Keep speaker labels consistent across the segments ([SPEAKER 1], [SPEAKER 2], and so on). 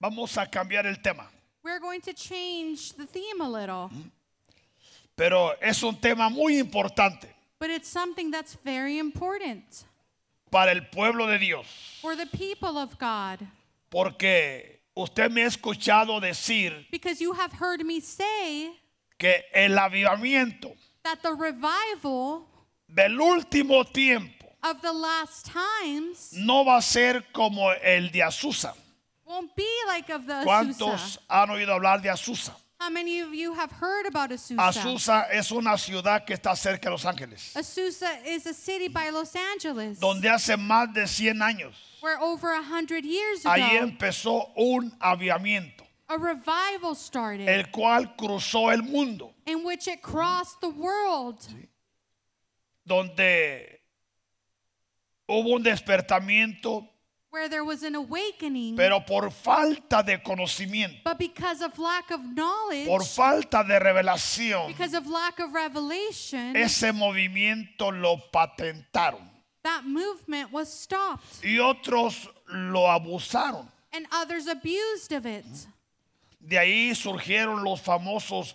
[SPEAKER 1] Vamos a cambiar el tema.
[SPEAKER 2] We're going to change the theme a little,
[SPEAKER 1] Hmm? Pero es un tema muy importante
[SPEAKER 2] but it's something that's very important
[SPEAKER 1] para el pueblo de Dios.
[SPEAKER 2] for the people of God.
[SPEAKER 1] Porque usted me ha escuchado decir
[SPEAKER 2] Because you have heard me say
[SPEAKER 1] que el avivamiento
[SPEAKER 2] that the revival
[SPEAKER 1] del último tiempo
[SPEAKER 2] of the last times
[SPEAKER 1] no va a ser como el de Azusa.
[SPEAKER 2] won't be like of the Azusa.
[SPEAKER 1] ¿Cuántos han oído hablar de Azusa?
[SPEAKER 2] How many of you have heard about Azusa?
[SPEAKER 1] Azusa es una ciudad que está cerca de Los Ángeles,
[SPEAKER 2] Azusa is a city by Los Angeles
[SPEAKER 1] donde hace más de 100 años,
[SPEAKER 2] where over a hundred years
[SPEAKER 1] ahí
[SPEAKER 2] ago
[SPEAKER 1] empezó un avivamiento,
[SPEAKER 2] a revival started
[SPEAKER 1] el cual cruzó el mundo,
[SPEAKER 2] in which it crossed the world.
[SPEAKER 1] donde hubo un despertamiento,
[SPEAKER 2] where there was an awakening,
[SPEAKER 1] pero por falta de conocimiento,
[SPEAKER 2] but because of lack of knowledge,
[SPEAKER 1] por falta de revelación,
[SPEAKER 2] because of lack of revelation,
[SPEAKER 1] ese movimiento lo patentaron
[SPEAKER 2] that movement was stopped
[SPEAKER 1] y otros lo abusaron.
[SPEAKER 2] and others abused of it.
[SPEAKER 1] De ahí surgieron los famosos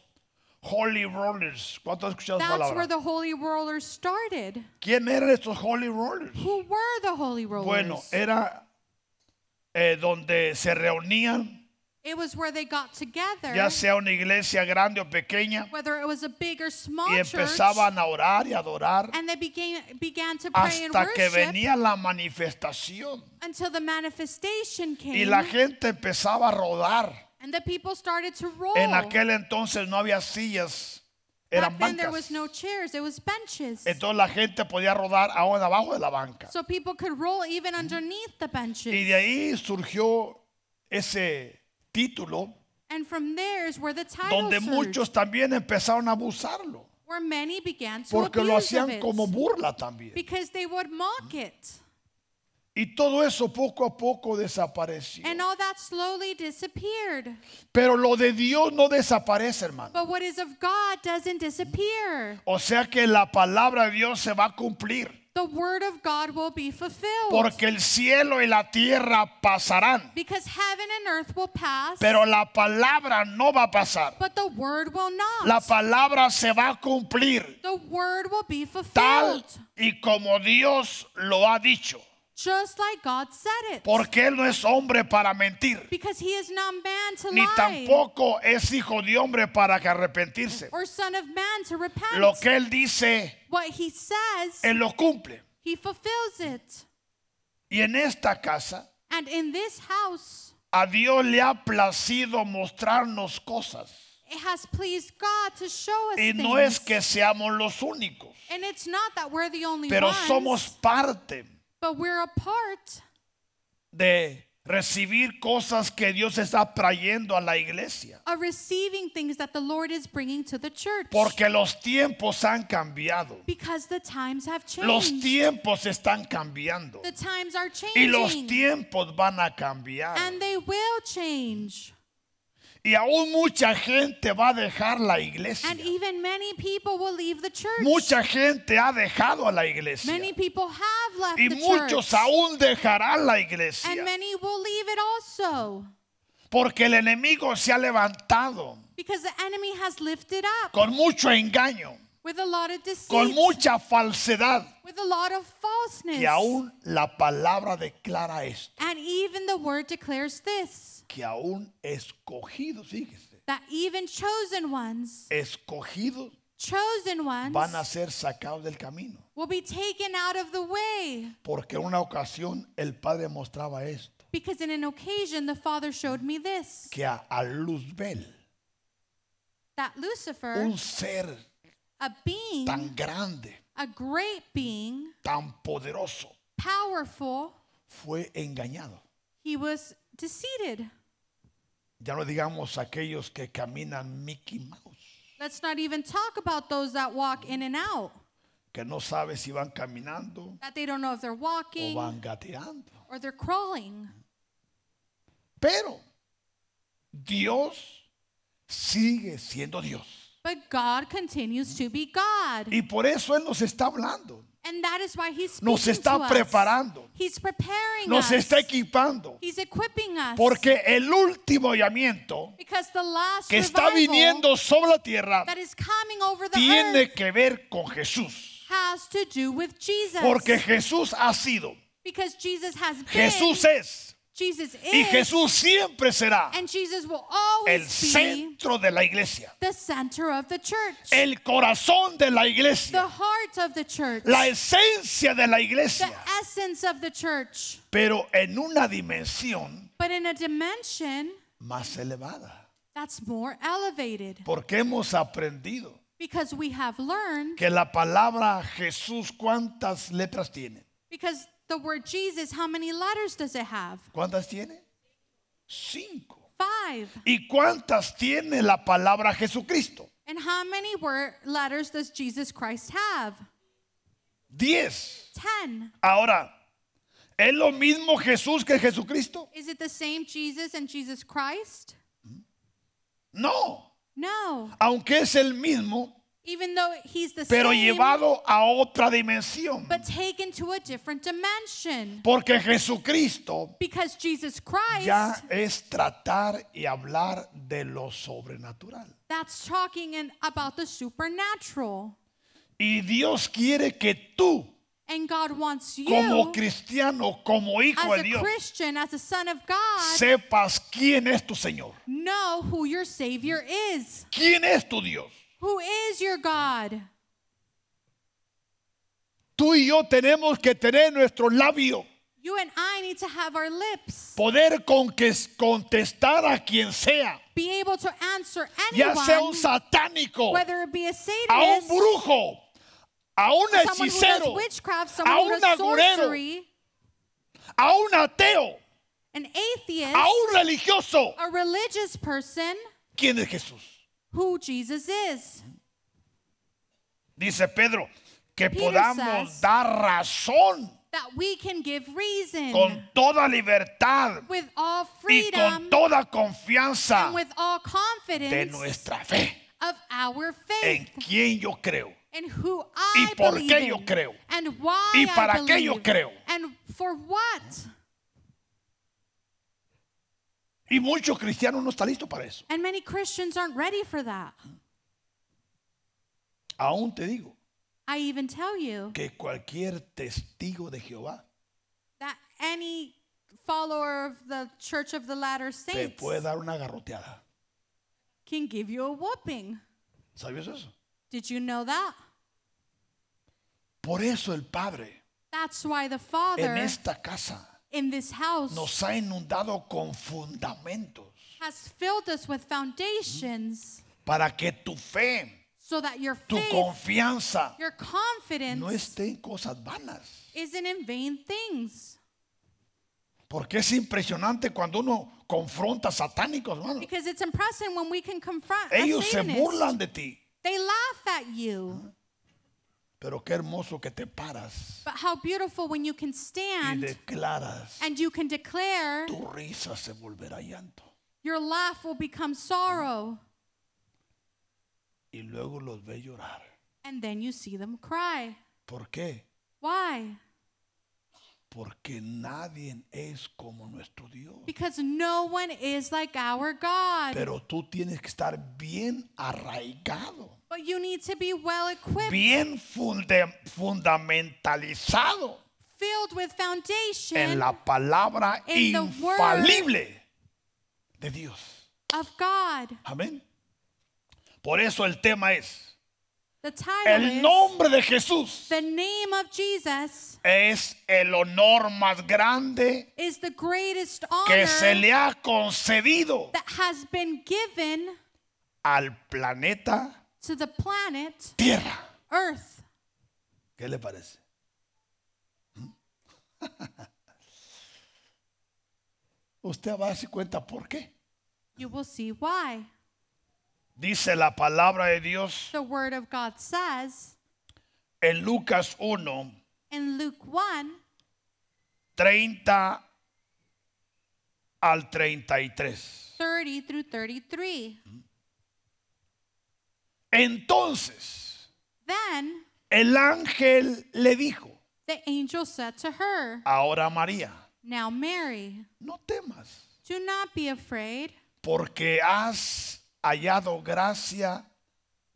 [SPEAKER 1] Holy Rollers. ¿Cuántos han escuchado esa
[SPEAKER 2] That's where
[SPEAKER 1] palabra?
[SPEAKER 2] the Holy Rollers started.
[SPEAKER 1] ¿Quién eran estos Holy Rollers?
[SPEAKER 2] Who were the Holy Rollers?
[SPEAKER 1] Bueno, era eh, donde se reunían,
[SPEAKER 2] it was where they got together,
[SPEAKER 1] ya sea una iglesia grande o pequeña,
[SPEAKER 2] whether it was a big or small
[SPEAKER 1] y
[SPEAKER 2] church,
[SPEAKER 1] empezaban a orar y a adorar
[SPEAKER 2] and they began, began to pray and
[SPEAKER 1] hasta que
[SPEAKER 2] worship
[SPEAKER 1] venía la manifestación
[SPEAKER 2] until the manifestation came
[SPEAKER 1] y la gente empezaba a rodar.
[SPEAKER 2] and the people started to roll.
[SPEAKER 1] En aquel entonces no había sillas, eran
[SPEAKER 2] Oh. Back then there
[SPEAKER 1] bancas.
[SPEAKER 2] was no chairs, it was benches.
[SPEAKER 1] Entonces la gente podía rodar aún abajo de la banca.
[SPEAKER 2] So people could roll
[SPEAKER 1] Mm.
[SPEAKER 2] even underneath the
[SPEAKER 1] Y
[SPEAKER 2] benches.
[SPEAKER 1] de ahí surgió ese título
[SPEAKER 2] And from there is where the title
[SPEAKER 1] donde
[SPEAKER 2] surged,
[SPEAKER 1] muchos también empezaron a abusarlo,
[SPEAKER 2] where many began to
[SPEAKER 1] porque lo
[SPEAKER 2] abuse of
[SPEAKER 1] hacían
[SPEAKER 2] it,
[SPEAKER 1] como burla también.
[SPEAKER 2] because they would mock it.
[SPEAKER 1] Y todo eso poco a poco desapareció.
[SPEAKER 2] And all that slowly disappeared.
[SPEAKER 1] Pero lo de Dios no desaparece, hermano.
[SPEAKER 2] But what is of God doesn't disappear.
[SPEAKER 1] O sea que la palabra de Dios se va a cumplir,
[SPEAKER 2] The word of God will be fulfilled.
[SPEAKER 1] porque el cielo y la tierra pasarán,
[SPEAKER 2] because heaven and earth will pass,
[SPEAKER 1] pero la palabra no va a pasar.
[SPEAKER 2] but the word will not.
[SPEAKER 1] La palabra se va a cumplir.
[SPEAKER 2] the word will be
[SPEAKER 1] tal
[SPEAKER 2] fulfilled.
[SPEAKER 1] y como Dios lo ha dicho.
[SPEAKER 2] Just like God said it.
[SPEAKER 1] Porque Él no es hombre para mentir,
[SPEAKER 2] because he is not man to
[SPEAKER 1] ni
[SPEAKER 2] lie.
[SPEAKER 1] tampoco es hijo de hombre para que arrepentirse.
[SPEAKER 2] or son of man to repent.
[SPEAKER 1] Lo que Él dice,
[SPEAKER 2] what he says,
[SPEAKER 1] Él lo cumple.
[SPEAKER 2] he fulfills it.
[SPEAKER 1] Y en esta casa,
[SPEAKER 2] And in this house,
[SPEAKER 1] a Dios le ha placido mostrarnos cosas.
[SPEAKER 2] it has pleased God to show us
[SPEAKER 1] Y
[SPEAKER 2] things.
[SPEAKER 1] no es que seamos los únicos,
[SPEAKER 2] and it's not that we're the only
[SPEAKER 1] pero
[SPEAKER 2] ones,
[SPEAKER 1] somos parte
[SPEAKER 2] but we're a part
[SPEAKER 1] de recibir cosas que Dios está trayendo a la iglesia.
[SPEAKER 2] of receiving things that the Lord is bringing to the church.
[SPEAKER 1] Porque los tiempos han cambiado.
[SPEAKER 2] because the times have changed.
[SPEAKER 1] Los tiempos están cambiando
[SPEAKER 2] the times are changing.
[SPEAKER 1] y los tiempos van a cambiar.
[SPEAKER 2] and they will change.
[SPEAKER 1] Y aún mucha gente va a dejar la iglesia.
[SPEAKER 2] And even many people will leave the church.
[SPEAKER 1] Mucha gente ha dejado a la iglesia.
[SPEAKER 2] many people have left
[SPEAKER 1] Y
[SPEAKER 2] the
[SPEAKER 1] muchos
[SPEAKER 2] church.
[SPEAKER 1] aún dejarán la iglesia.
[SPEAKER 2] And many will leave it also
[SPEAKER 1] Porque el enemigo se ha levantado
[SPEAKER 2] because the enemy has lifted up
[SPEAKER 1] con mucho engaño,
[SPEAKER 2] with a lot of deceit,
[SPEAKER 1] con mucha falsedad.
[SPEAKER 2] with a lot of
[SPEAKER 1] Y
[SPEAKER 2] falseness.
[SPEAKER 1] aún la palabra declara esto,
[SPEAKER 2] And even the word declares this
[SPEAKER 1] que aún escogidos, fíjese,
[SPEAKER 2] that even chosen ones,
[SPEAKER 1] escogidos
[SPEAKER 2] chosen
[SPEAKER 1] van a
[SPEAKER 2] ones,
[SPEAKER 1] ser sacados del camino.
[SPEAKER 2] will be taken out of the way
[SPEAKER 1] Porque en una ocasión el padre mostraba esto,
[SPEAKER 2] because in an occasion the Father showed me this
[SPEAKER 1] que a, a Luzbel,
[SPEAKER 2] that Lucifer,
[SPEAKER 1] un ser
[SPEAKER 2] a being,
[SPEAKER 1] tan grande,
[SPEAKER 2] a great being,
[SPEAKER 1] tan poderoso,
[SPEAKER 2] powerful,
[SPEAKER 1] fue engañado.
[SPEAKER 2] he was deceived.
[SPEAKER 1] Ya no digamos aquellos que caminan Mickey Mouse,
[SPEAKER 2] Let's not even talk about those that walk in and out,
[SPEAKER 1] que no sabe si van caminando
[SPEAKER 2] that they don't know if they're
[SPEAKER 1] o
[SPEAKER 2] walking
[SPEAKER 1] van gateando.
[SPEAKER 2] or they're crawling.
[SPEAKER 1] Pero Dios sigue siendo Dios.
[SPEAKER 2] But God continues to be God.
[SPEAKER 1] Y por eso Él nos está hablando.
[SPEAKER 2] And that is why he's
[SPEAKER 1] Nos
[SPEAKER 2] speaking
[SPEAKER 1] está
[SPEAKER 2] to us.
[SPEAKER 1] preparando.
[SPEAKER 2] He's preparing
[SPEAKER 1] Nos
[SPEAKER 2] us.
[SPEAKER 1] está equipando.
[SPEAKER 2] He's equipping us.
[SPEAKER 1] Porque el último llamamiento
[SPEAKER 2] because the last
[SPEAKER 1] que está
[SPEAKER 2] revival
[SPEAKER 1] viniendo sobre la tierra
[SPEAKER 2] that is coming over the earth
[SPEAKER 1] tiene que ver con Jesús.
[SPEAKER 2] has to do with Jesus.
[SPEAKER 1] Porque Jesús ha sido,
[SPEAKER 2] because Jesus has been,
[SPEAKER 1] Jesús es
[SPEAKER 2] Jesus
[SPEAKER 1] y
[SPEAKER 2] is,
[SPEAKER 1] Jesús siempre será
[SPEAKER 2] and Jesus will
[SPEAKER 1] el
[SPEAKER 2] always be
[SPEAKER 1] centro de la iglesia,
[SPEAKER 2] the center of the church,
[SPEAKER 1] el corazón de la
[SPEAKER 2] the
[SPEAKER 1] iglesia,
[SPEAKER 2] heart of the church,
[SPEAKER 1] la esencia de la
[SPEAKER 2] the
[SPEAKER 1] iglesia,
[SPEAKER 2] essence of the church,
[SPEAKER 1] pero en una dimensión
[SPEAKER 2] but in a dimension
[SPEAKER 1] más elevada.
[SPEAKER 2] that's more elevated.
[SPEAKER 1] Porque hemos aprendido
[SPEAKER 2] Because we have learned,
[SPEAKER 1] que la palabra Jesús, ¿cuántas letras tiene?
[SPEAKER 2] because the word Jesus, how many letters does it have?
[SPEAKER 1] ¿Cuántas tiene? Cinco.
[SPEAKER 2] Five.
[SPEAKER 1] ¿Y cuántas tiene la palabra Jesucristo?
[SPEAKER 2] And how many word letters does Jesus Christ have?
[SPEAKER 1] Diez.
[SPEAKER 2] Ten.
[SPEAKER 1] Ahora, ¿es lo mismo Jesús que Jesucristo?
[SPEAKER 2] Is it the same Jesus and Jesus Christ?
[SPEAKER 1] No.
[SPEAKER 2] No.
[SPEAKER 1] Aunque es el mismo,
[SPEAKER 2] Even though he's the
[SPEAKER 1] pero
[SPEAKER 2] same,
[SPEAKER 1] llevado a otra dimensión.
[SPEAKER 2] but taken to a different dimension.
[SPEAKER 1] Porque Jesucristo
[SPEAKER 2] Because Jesus Christ,
[SPEAKER 1] ya es tratar y hablar de lo sobrenatural.
[SPEAKER 2] that's talking in, about the supernatural.
[SPEAKER 1] Y Dios quiere que tú
[SPEAKER 2] And God wants you,
[SPEAKER 1] como cristiano, como hijo
[SPEAKER 2] as
[SPEAKER 1] de
[SPEAKER 2] a
[SPEAKER 1] Dios,
[SPEAKER 2] Christian, as a son of God,
[SPEAKER 1] sepas quién es tu Señor,
[SPEAKER 2] know who your Savior is.
[SPEAKER 1] quién es tu Dios.
[SPEAKER 2] Who is your God?
[SPEAKER 1] Tú y yo tenemos que tener nuestro labio,
[SPEAKER 2] You and I need to have our lips
[SPEAKER 1] poder con que contestar a quien sea,
[SPEAKER 2] be able to answer
[SPEAKER 1] ya sea
[SPEAKER 2] anyone,
[SPEAKER 1] un satánico,
[SPEAKER 2] whether it be
[SPEAKER 1] a
[SPEAKER 2] a
[SPEAKER 1] un
[SPEAKER 2] Satanist,
[SPEAKER 1] brujo, a un
[SPEAKER 2] someone who does
[SPEAKER 1] hechicero,
[SPEAKER 2] witchcraft,
[SPEAKER 1] a
[SPEAKER 2] someone who
[SPEAKER 1] un
[SPEAKER 2] does
[SPEAKER 1] agorero,
[SPEAKER 2] sorcery,
[SPEAKER 1] a un ateo,
[SPEAKER 2] an atheist,
[SPEAKER 1] a un religioso.
[SPEAKER 2] a religious person,
[SPEAKER 1] ¿Quién es Jesús?
[SPEAKER 2] who Jesus is.
[SPEAKER 1] Dice Pedro, que
[SPEAKER 2] Peter
[SPEAKER 1] podamos
[SPEAKER 2] says-
[SPEAKER 1] dar razón
[SPEAKER 2] That we can give reason
[SPEAKER 1] con toda libertad
[SPEAKER 2] with all
[SPEAKER 1] y
[SPEAKER 2] freedom
[SPEAKER 1] con toda confianza
[SPEAKER 2] um, and with all
[SPEAKER 1] de
[SPEAKER 2] confidence
[SPEAKER 1] nuestra fe
[SPEAKER 2] of our
[SPEAKER 1] en
[SPEAKER 2] faith
[SPEAKER 1] quién yo creo.
[SPEAKER 2] and who I
[SPEAKER 1] por
[SPEAKER 2] believe
[SPEAKER 1] qué yo
[SPEAKER 2] in,
[SPEAKER 1] creo.
[SPEAKER 2] and why
[SPEAKER 1] Y para
[SPEAKER 2] I
[SPEAKER 1] qué
[SPEAKER 2] believe
[SPEAKER 1] yo creo.
[SPEAKER 2] and for what.
[SPEAKER 1] Y muchos cristianos no están listos para eso.
[SPEAKER 2] And many Christians aren't ready for that.
[SPEAKER 1] Aún te digo
[SPEAKER 2] I even tell you
[SPEAKER 1] que cualquier testigo de Jehová
[SPEAKER 2] that any follower of the Church of the Latter
[SPEAKER 1] te
[SPEAKER 2] Saints
[SPEAKER 1] puede dar una garroteada.
[SPEAKER 2] can give you a whooping.
[SPEAKER 1] ¿Sabes eso?
[SPEAKER 2] Did you know that?
[SPEAKER 1] Por eso el Padre
[SPEAKER 2] That's why the
[SPEAKER 1] en
[SPEAKER 2] Father
[SPEAKER 1] esta casa
[SPEAKER 2] in this house
[SPEAKER 1] nos ha inundado con fundamentos
[SPEAKER 2] has filled us with foundations
[SPEAKER 1] para que tu fe,
[SPEAKER 2] so that your
[SPEAKER 1] tu
[SPEAKER 2] faith,
[SPEAKER 1] confianza
[SPEAKER 2] your
[SPEAKER 1] no
[SPEAKER 2] confidence
[SPEAKER 1] esté en cosas vanas.
[SPEAKER 2] isn't in vain things.
[SPEAKER 1] Porque es impresionante cuando uno confronta a satánicos, hermano.
[SPEAKER 2] Because it's impressive when we can confront a
[SPEAKER 1] Ellos se
[SPEAKER 2] Satanist.
[SPEAKER 1] burlan de ti.
[SPEAKER 2] They laugh at you.
[SPEAKER 1] Pero qué hermoso que te paras
[SPEAKER 2] But how beautiful when you can
[SPEAKER 1] y
[SPEAKER 2] stand
[SPEAKER 1] declaras,
[SPEAKER 2] and you can declare
[SPEAKER 1] tu risa se volverá llanto.
[SPEAKER 2] your laugh will become sorrow.
[SPEAKER 1] Y luego los ve llorar.
[SPEAKER 2] And then you see them cry.
[SPEAKER 1] ¿Por qué?
[SPEAKER 2] Why?
[SPEAKER 1] Porque nadie es como nuestro Dios.
[SPEAKER 2] Because no one is like our God.
[SPEAKER 1] Pero tú tienes que estar bien arraigado,
[SPEAKER 2] But you need to be well equipped,
[SPEAKER 1] bien funde- fundamentalizado
[SPEAKER 2] filled with
[SPEAKER 1] en
[SPEAKER 2] foundation
[SPEAKER 1] la palabra
[SPEAKER 2] in the word.
[SPEAKER 1] infalible de Dios.
[SPEAKER 2] of God.
[SPEAKER 1] Amén. Por eso el tema es,
[SPEAKER 2] The title
[SPEAKER 1] el
[SPEAKER 2] is
[SPEAKER 1] nombre de Jesús
[SPEAKER 2] The Name of Jesus
[SPEAKER 1] es el honor más grande
[SPEAKER 2] is the greatest honor
[SPEAKER 1] que se le ha concedido
[SPEAKER 2] that has been given
[SPEAKER 1] al planeta
[SPEAKER 2] to the planet
[SPEAKER 1] Tierra.
[SPEAKER 2] Earth.
[SPEAKER 1] ¿Qué le parece? ¿Mm? Usted va a darse cuenta por qué.
[SPEAKER 2] You will see why.
[SPEAKER 1] Dice la palabra de Dios
[SPEAKER 2] The Word of God says
[SPEAKER 1] en Lucas 1,
[SPEAKER 2] in Luke 1
[SPEAKER 1] 30 al 33.
[SPEAKER 2] 30 through 33.
[SPEAKER 1] Entonces,
[SPEAKER 2] Then
[SPEAKER 1] El ángel le dijo,
[SPEAKER 2] The angel said to her,
[SPEAKER 1] ahora María,
[SPEAKER 2] Now, Mary,
[SPEAKER 1] no temas,
[SPEAKER 2] do not be afraid,
[SPEAKER 1] porque has hallado gracia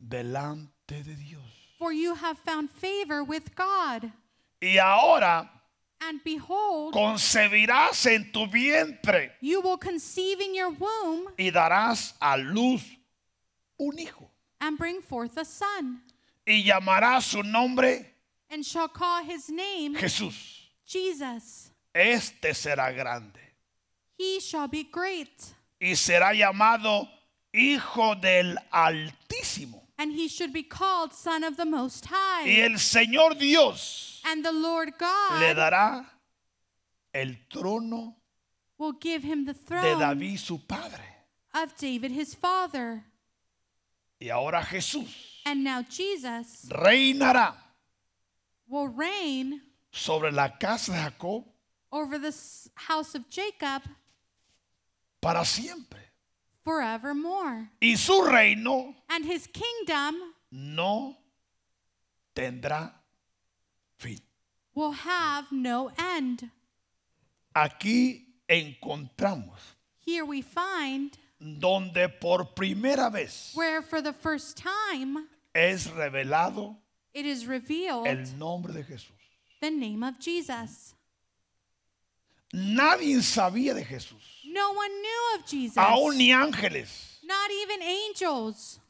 [SPEAKER 1] delante de Dios.
[SPEAKER 2] for you have found favor with God.
[SPEAKER 1] Y ahora
[SPEAKER 2] And behold,
[SPEAKER 1] concebirás en tu vientre
[SPEAKER 2] you will conceive in your womb
[SPEAKER 1] y darás a luz un hijo.
[SPEAKER 2] and bring forth a son,
[SPEAKER 1] Y llamarás su nombre
[SPEAKER 2] and shall call his name
[SPEAKER 1] Jesús.
[SPEAKER 2] Jesus.
[SPEAKER 1] Este será grande
[SPEAKER 2] He shall be great,
[SPEAKER 1] y será llamado Hijo del Altísimo.
[SPEAKER 2] and he should be called Son of the Most
[SPEAKER 1] Y
[SPEAKER 2] High.
[SPEAKER 1] el Señor Dios
[SPEAKER 2] And the Lord
[SPEAKER 1] le
[SPEAKER 2] God
[SPEAKER 1] dará el trono
[SPEAKER 2] will give him the
[SPEAKER 1] de
[SPEAKER 2] throne
[SPEAKER 1] David su padre.
[SPEAKER 2] of David his father.
[SPEAKER 1] Y ahora Jesús
[SPEAKER 2] And now Jesus
[SPEAKER 1] reinará
[SPEAKER 2] will reign
[SPEAKER 1] sobre la casa de Jacob
[SPEAKER 2] over the s- house of Jacob
[SPEAKER 1] para siempre.
[SPEAKER 2] forevermore.
[SPEAKER 1] Y su reino
[SPEAKER 2] And his kingdom
[SPEAKER 1] no tendrá fin.
[SPEAKER 2] will have no end.
[SPEAKER 1] Aquí encontramos
[SPEAKER 2] Here we find
[SPEAKER 1] donde por primera vez
[SPEAKER 2] where, for the first time,
[SPEAKER 1] es revelado
[SPEAKER 2] it is revealed
[SPEAKER 1] el nombre de Jesús.
[SPEAKER 2] the name of Jesus.
[SPEAKER 1] Nadie sabía de Jesús,
[SPEAKER 2] No one knew of Jesus,
[SPEAKER 1] aún ni ángeles,
[SPEAKER 2] not even angels,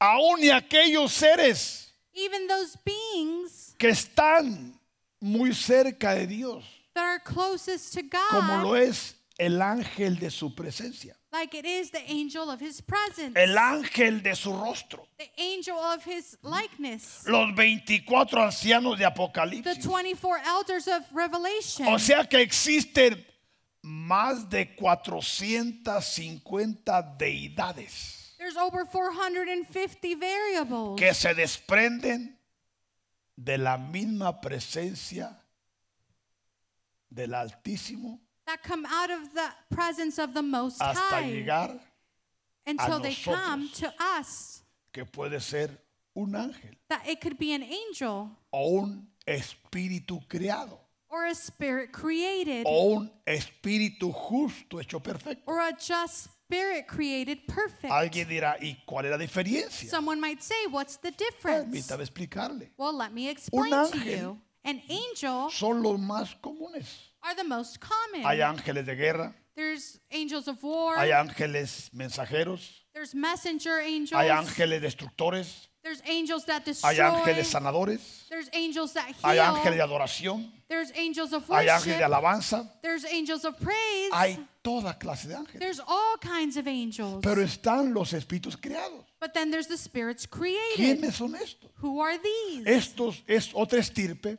[SPEAKER 1] aún ni aquellos seres
[SPEAKER 2] even those beings
[SPEAKER 1] que están muy cerca de Dios,
[SPEAKER 2] that are closest to
[SPEAKER 1] como lo
[SPEAKER 2] God,
[SPEAKER 1] es el ángel de su presencia,
[SPEAKER 2] like it is the angel of his presence,
[SPEAKER 1] el ángel de su rostro,
[SPEAKER 2] the angel of his likeness,
[SPEAKER 1] los 24 ancianos de
[SPEAKER 2] the
[SPEAKER 1] Apocalipsis.
[SPEAKER 2] 24 elders of Revelation.
[SPEAKER 1] O sea que existen más de 450 deidades
[SPEAKER 2] There's over 450 variables
[SPEAKER 1] que se desprenden de la misma presencia del Altísimo
[SPEAKER 2] that come out of the presence of the Most
[SPEAKER 1] hasta
[SPEAKER 2] High
[SPEAKER 1] llegar
[SPEAKER 2] until they
[SPEAKER 1] nosotros.
[SPEAKER 2] come to us.
[SPEAKER 1] que puede ser un ángel
[SPEAKER 2] That it could be an angel
[SPEAKER 1] o un espíritu creado
[SPEAKER 2] or a spirit created
[SPEAKER 1] o un espíritu justo hecho perfecto.
[SPEAKER 2] or a just spirit created perfect.
[SPEAKER 1] Alguien dirá, ¿y cuál es la diferencia? Ah,
[SPEAKER 2] Someone might say, What's the difference?
[SPEAKER 1] Permítame explicarle.
[SPEAKER 2] Well, let me explain to
[SPEAKER 1] ángel.
[SPEAKER 2] you. An angel
[SPEAKER 1] Son los más comunes.
[SPEAKER 2] are the most
[SPEAKER 1] Hay
[SPEAKER 2] common.
[SPEAKER 1] ángeles de guerra,
[SPEAKER 2] There's angels of war,
[SPEAKER 1] hay ángeles mensajeros,
[SPEAKER 2] there's messenger angels,
[SPEAKER 1] hay ángeles destructores,
[SPEAKER 2] there's angels that
[SPEAKER 1] hay ángeles
[SPEAKER 2] destroy,
[SPEAKER 1] sanadores,
[SPEAKER 2] there's angels that
[SPEAKER 1] hay ángeles de
[SPEAKER 2] heal,
[SPEAKER 1] adoración,
[SPEAKER 2] there's angels of
[SPEAKER 1] hay ángeles de
[SPEAKER 2] worship,
[SPEAKER 1] alabanza,
[SPEAKER 2] there's angels of praise.
[SPEAKER 1] hay toda clase de ángeles.
[SPEAKER 2] There's all kinds of angels.
[SPEAKER 1] Pero están los espíritus creados.
[SPEAKER 2] But then there's the spirits created.
[SPEAKER 1] ¿Quiénes son estos?
[SPEAKER 2] Who are these?
[SPEAKER 1] Estos es otra estirpe,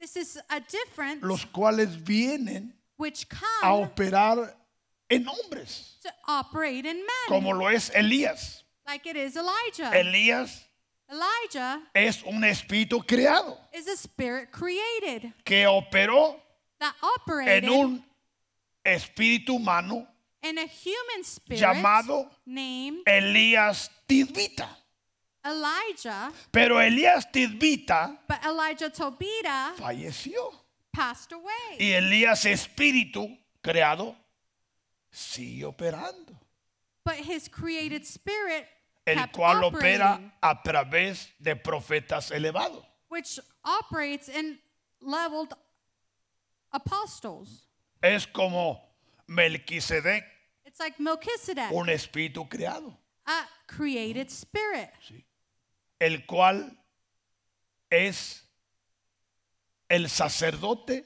[SPEAKER 2] This is a difference
[SPEAKER 1] los cuales vienen
[SPEAKER 2] which
[SPEAKER 1] a
[SPEAKER 2] come
[SPEAKER 1] operar en hombres,
[SPEAKER 2] to operate in men,
[SPEAKER 1] como lo es Elías.
[SPEAKER 2] like it is Elijah.
[SPEAKER 1] Elías
[SPEAKER 2] Elijah
[SPEAKER 1] es un espíritu creado
[SPEAKER 2] is a spirit created
[SPEAKER 1] que operó
[SPEAKER 2] that
[SPEAKER 1] en
[SPEAKER 2] operated
[SPEAKER 1] un espíritu humano
[SPEAKER 2] in a human spirit
[SPEAKER 1] llamado
[SPEAKER 2] named
[SPEAKER 1] Elías Tisbita.
[SPEAKER 2] Elijah.
[SPEAKER 1] Pero Elías Tisbita
[SPEAKER 2] But Elijah Tobita
[SPEAKER 1] falleció
[SPEAKER 2] passed away.
[SPEAKER 1] y Elías espíritu creado sigue operando,
[SPEAKER 2] But his created spirit
[SPEAKER 1] el
[SPEAKER 2] kept
[SPEAKER 1] cual
[SPEAKER 2] operating,
[SPEAKER 1] opera a través de profetas elevados.
[SPEAKER 2] which operates in leveled apostles.
[SPEAKER 1] Es como Melquisedec,
[SPEAKER 2] It's like Melchizedek,
[SPEAKER 1] un espíritu creado,
[SPEAKER 2] a created spirit,
[SPEAKER 1] el cual es el sacerdote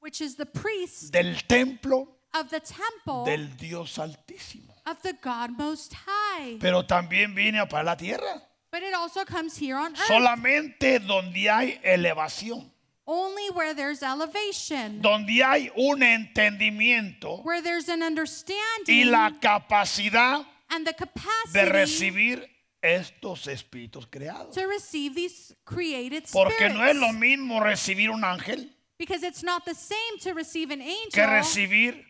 [SPEAKER 2] which is the priest
[SPEAKER 1] del templo
[SPEAKER 2] of the temple
[SPEAKER 1] del Dios Altísimo.
[SPEAKER 2] of the God Most High.
[SPEAKER 1] Pero también viene para la tierra.
[SPEAKER 2] But it also comes here on earth,
[SPEAKER 1] Solamente donde hay elevación,
[SPEAKER 2] only where there's elevation,
[SPEAKER 1] donde hay un entendimiento
[SPEAKER 2] where there's an
[SPEAKER 1] y
[SPEAKER 2] understanding
[SPEAKER 1] la capacidad
[SPEAKER 2] and the
[SPEAKER 1] de
[SPEAKER 2] capacity
[SPEAKER 1] recibir estos espíritus creados.
[SPEAKER 2] to receive these created
[SPEAKER 1] Porque no es
[SPEAKER 2] spirits.
[SPEAKER 1] lo mismo recibir un ángel
[SPEAKER 2] because it's not the same to receive an angel
[SPEAKER 1] que recibir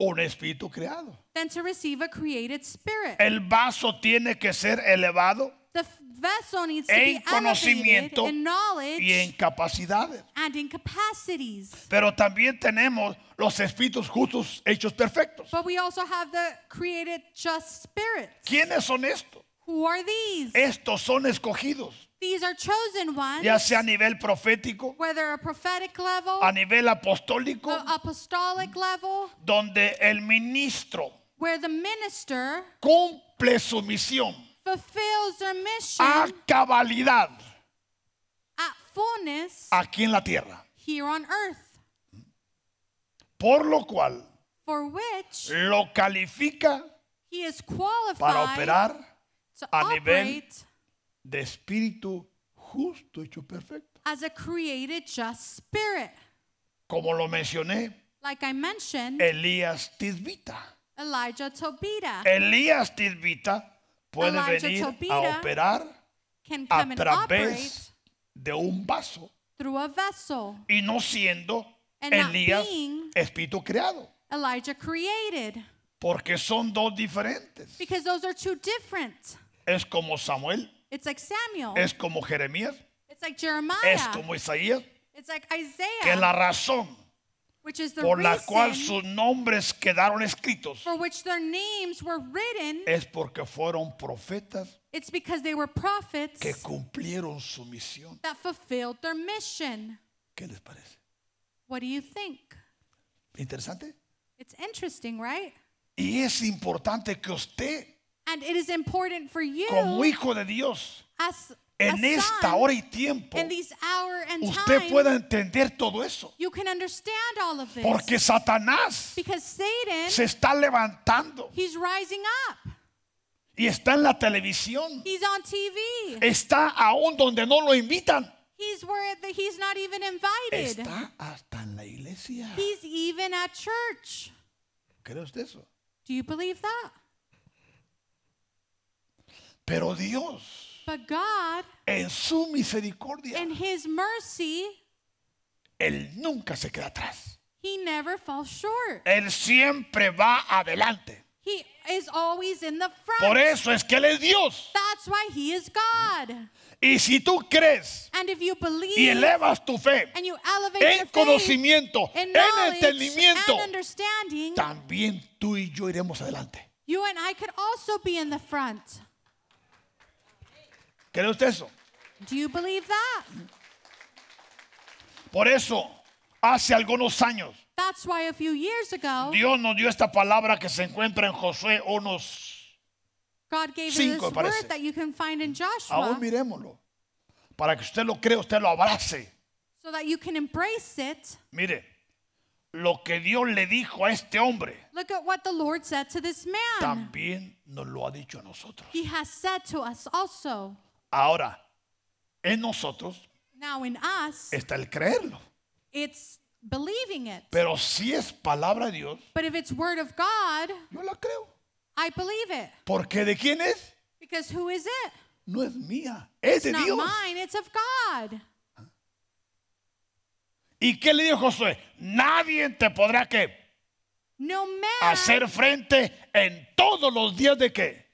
[SPEAKER 1] un espíritu creado.
[SPEAKER 2] than to receive a created spirit.
[SPEAKER 1] El vaso tiene que ser elevado
[SPEAKER 2] The f- vessel needs to
[SPEAKER 1] En
[SPEAKER 2] be elevated
[SPEAKER 1] conocimiento
[SPEAKER 2] in knowledge
[SPEAKER 1] y en capacidades.
[SPEAKER 2] and in capacities.
[SPEAKER 1] Pero también tenemos los espíritus justos hechos perfectos.
[SPEAKER 2] But we also have the created just spirits.
[SPEAKER 1] ¿Quiénes son estos?
[SPEAKER 2] Who are these?
[SPEAKER 1] Estos son escogidos,
[SPEAKER 2] These are chosen ones,
[SPEAKER 1] ya sea a nivel profético,
[SPEAKER 2] whether a prophetic level,
[SPEAKER 1] a nivel apostólico,
[SPEAKER 2] a apostolic level,
[SPEAKER 1] donde el ministro
[SPEAKER 2] where the minister
[SPEAKER 1] cumple su misión
[SPEAKER 2] fulfills their mission
[SPEAKER 1] a cabalidad Ah.
[SPEAKER 2] at fullness
[SPEAKER 1] aquí en la tierra.
[SPEAKER 2] here on earth,
[SPEAKER 1] Por lo cual
[SPEAKER 2] for which
[SPEAKER 1] lo califica
[SPEAKER 2] he is
[SPEAKER 1] Eh. para
[SPEAKER 2] qualified
[SPEAKER 1] operar
[SPEAKER 2] to
[SPEAKER 1] a nivel-
[SPEAKER 2] operate
[SPEAKER 1] de espíritu justo hecho perfecto.
[SPEAKER 2] as a created just spirit.
[SPEAKER 1] Como lo mencioné,
[SPEAKER 2] Like I mentioned,
[SPEAKER 1] Elías Tisbita.
[SPEAKER 2] Elijah Tobita
[SPEAKER 1] Elías Tisbita puede
[SPEAKER 2] Elijah
[SPEAKER 1] venir a
[SPEAKER 2] Tobita.
[SPEAKER 1] operar
[SPEAKER 2] can
[SPEAKER 1] a
[SPEAKER 2] come and operate
[SPEAKER 1] través de un vaso
[SPEAKER 2] through a vessel.
[SPEAKER 1] y no siendo
[SPEAKER 2] And not
[SPEAKER 1] Elías
[SPEAKER 2] being-
[SPEAKER 1] espíritu creado,
[SPEAKER 2] Elijah created
[SPEAKER 1] porque son dos diferentes.
[SPEAKER 2] because those are two different.
[SPEAKER 1] Es como Samuel,
[SPEAKER 2] It's like Samuel.
[SPEAKER 1] es como Jeremías,
[SPEAKER 2] It's like Jeremiah.
[SPEAKER 1] es como Isaías,
[SPEAKER 2] It's like
[SPEAKER 1] que la
[SPEAKER 2] Isaiah,
[SPEAKER 1] razón
[SPEAKER 2] which is the
[SPEAKER 1] por la cual
[SPEAKER 2] reason
[SPEAKER 1] sus nombres quedaron escritos
[SPEAKER 2] for which their names were written.
[SPEAKER 1] es porque fueron profetas
[SPEAKER 2] It's because they were prophets
[SPEAKER 1] que cumplieron su misión.
[SPEAKER 2] that fulfilled their mission.
[SPEAKER 1] ¿Qué les parece?
[SPEAKER 2] What do you think?
[SPEAKER 1] ¿Interesante?
[SPEAKER 2] It's interesting, right?
[SPEAKER 1] Y es importante que usted,
[SPEAKER 2] And it is important for you
[SPEAKER 1] como hijo de Dios,
[SPEAKER 2] as a
[SPEAKER 1] en esta
[SPEAKER 2] son,
[SPEAKER 1] hora y tiempo,
[SPEAKER 2] in these hour and
[SPEAKER 1] usted
[SPEAKER 2] time
[SPEAKER 1] pueda entender todo eso.
[SPEAKER 2] you can understand all of this
[SPEAKER 1] Porque Satanás
[SPEAKER 2] because Satan
[SPEAKER 1] se está levantando
[SPEAKER 2] he's rising up.
[SPEAKER 1] y está en la televisión.
[SPEAKER 2] He's on TV.
[SPEAKER 1] Está aún donde no lo invitan.
[SPEAKER 2] he's where the, he's not even invited.
[SPEAKER 1] Está hasta en la iglesia.
[SPEAKER 2] He's even at church.
[SPEAKER 1] ¿Cree usted eso?
[SPEAKER 2] Do you believe that?
[SPEAKER 1] Pero Dios,
[SPEAKER 2] But God,
[SPEAKER 1] en su misericordia,
[SPEAKER 2] in His mercy,
[SPEAKER 1] Él nunca se queda atrás.
[SPEAKER 2] He never falls short.
[SPEAKER 1] Él siempre va adelante.
[SPEAKER 2] He is always in the
[SPEAKER 1] Por
[SPEAKER 2] front.
[SPEAKER 1] eso es que Él es Dios.
[SPEAKER 2] That's why He is God.
[SPEAKER 1] Y si tú crees
[SPEAKER 2] And if you
[SPEAKER 1] y
[SPEAKER 2] believe
[SPEAKER 1] elevas tu fe
[SPEAKER 2] and you elevate your
[SPEAKER 1] en
[SPEAKER 2] faith
[SPEAKER 1] conocimiento,
[SPEAKER 2] in
[SPEAKER 1] en
[SPEAKER 2] knowledge
[SPEAKER 1] entendimiento,
[SPEAKER 2] and understanding,
[SPEAKER 1] también tú y yo iremos adelante.
[SPEAKER 2] you and I could also be in the front.
[SPEAKER 1] ¿Cree usted eso?
[SPEAKER 2] Do you believe that?
[SPEAKER 1] Por eso, hace algunos años,
[SPEAKER 2] That's why a few years ago,
[SPEAKER 1] Dios nos dio esta palabra que se encuentra en Josué unos.
[SPEAKER 2] God gave you
[SPEAKER 1] Cinco,
[SPEAKER 2] this
[SPEAKER 1] parece.
[SPEAKER 2] word that you can find in Joshua
[SPEAKER 1] Aún miremoslo. Para que usted lo crea, usted lo abrace.
[SPEAKER 2] so that you can embrace it.
[SPEAKER 1] Mire, lo que Dios le dijo a este hombre,
[SPEAKER 2] Look at what the Lord said to this man.
[SPEAKER 1] también nos lo ha dicho a nosotros.
[SPEAKER 2] He has said to us also.
[SPEAKER 1] Ahora, en nosotros
[SPEAKER 2] Now in us,
[SPEAKER 1] está el creerlo.
[SPEAKER 2] it's believing it.
[SPEAKER 1] Pero si es palabra de Dios,
[SPEAKER 2] But if it's word of God,
[SPEAKER 1] yo la creo.
[SPEAKER 2] I believe it.
[SPEAKER 1] Porque de quién es?
[SPEAKER 2] Because who is it?
[SPEAKER 1] No es mía, es
[SPEAKER 2] It's
[SPEAKER 1] de
[SPEAKER 2] not
[SPEAKER 1] Dios.
[SPEAKER 2] mine, it's of God.
[SPEAKER 1] ¿Y qué le dijo Josué? Nadie te podrá que
[SPEAKER 2] No man
[SPEAKER 1] hacer frente en todos los días de qué.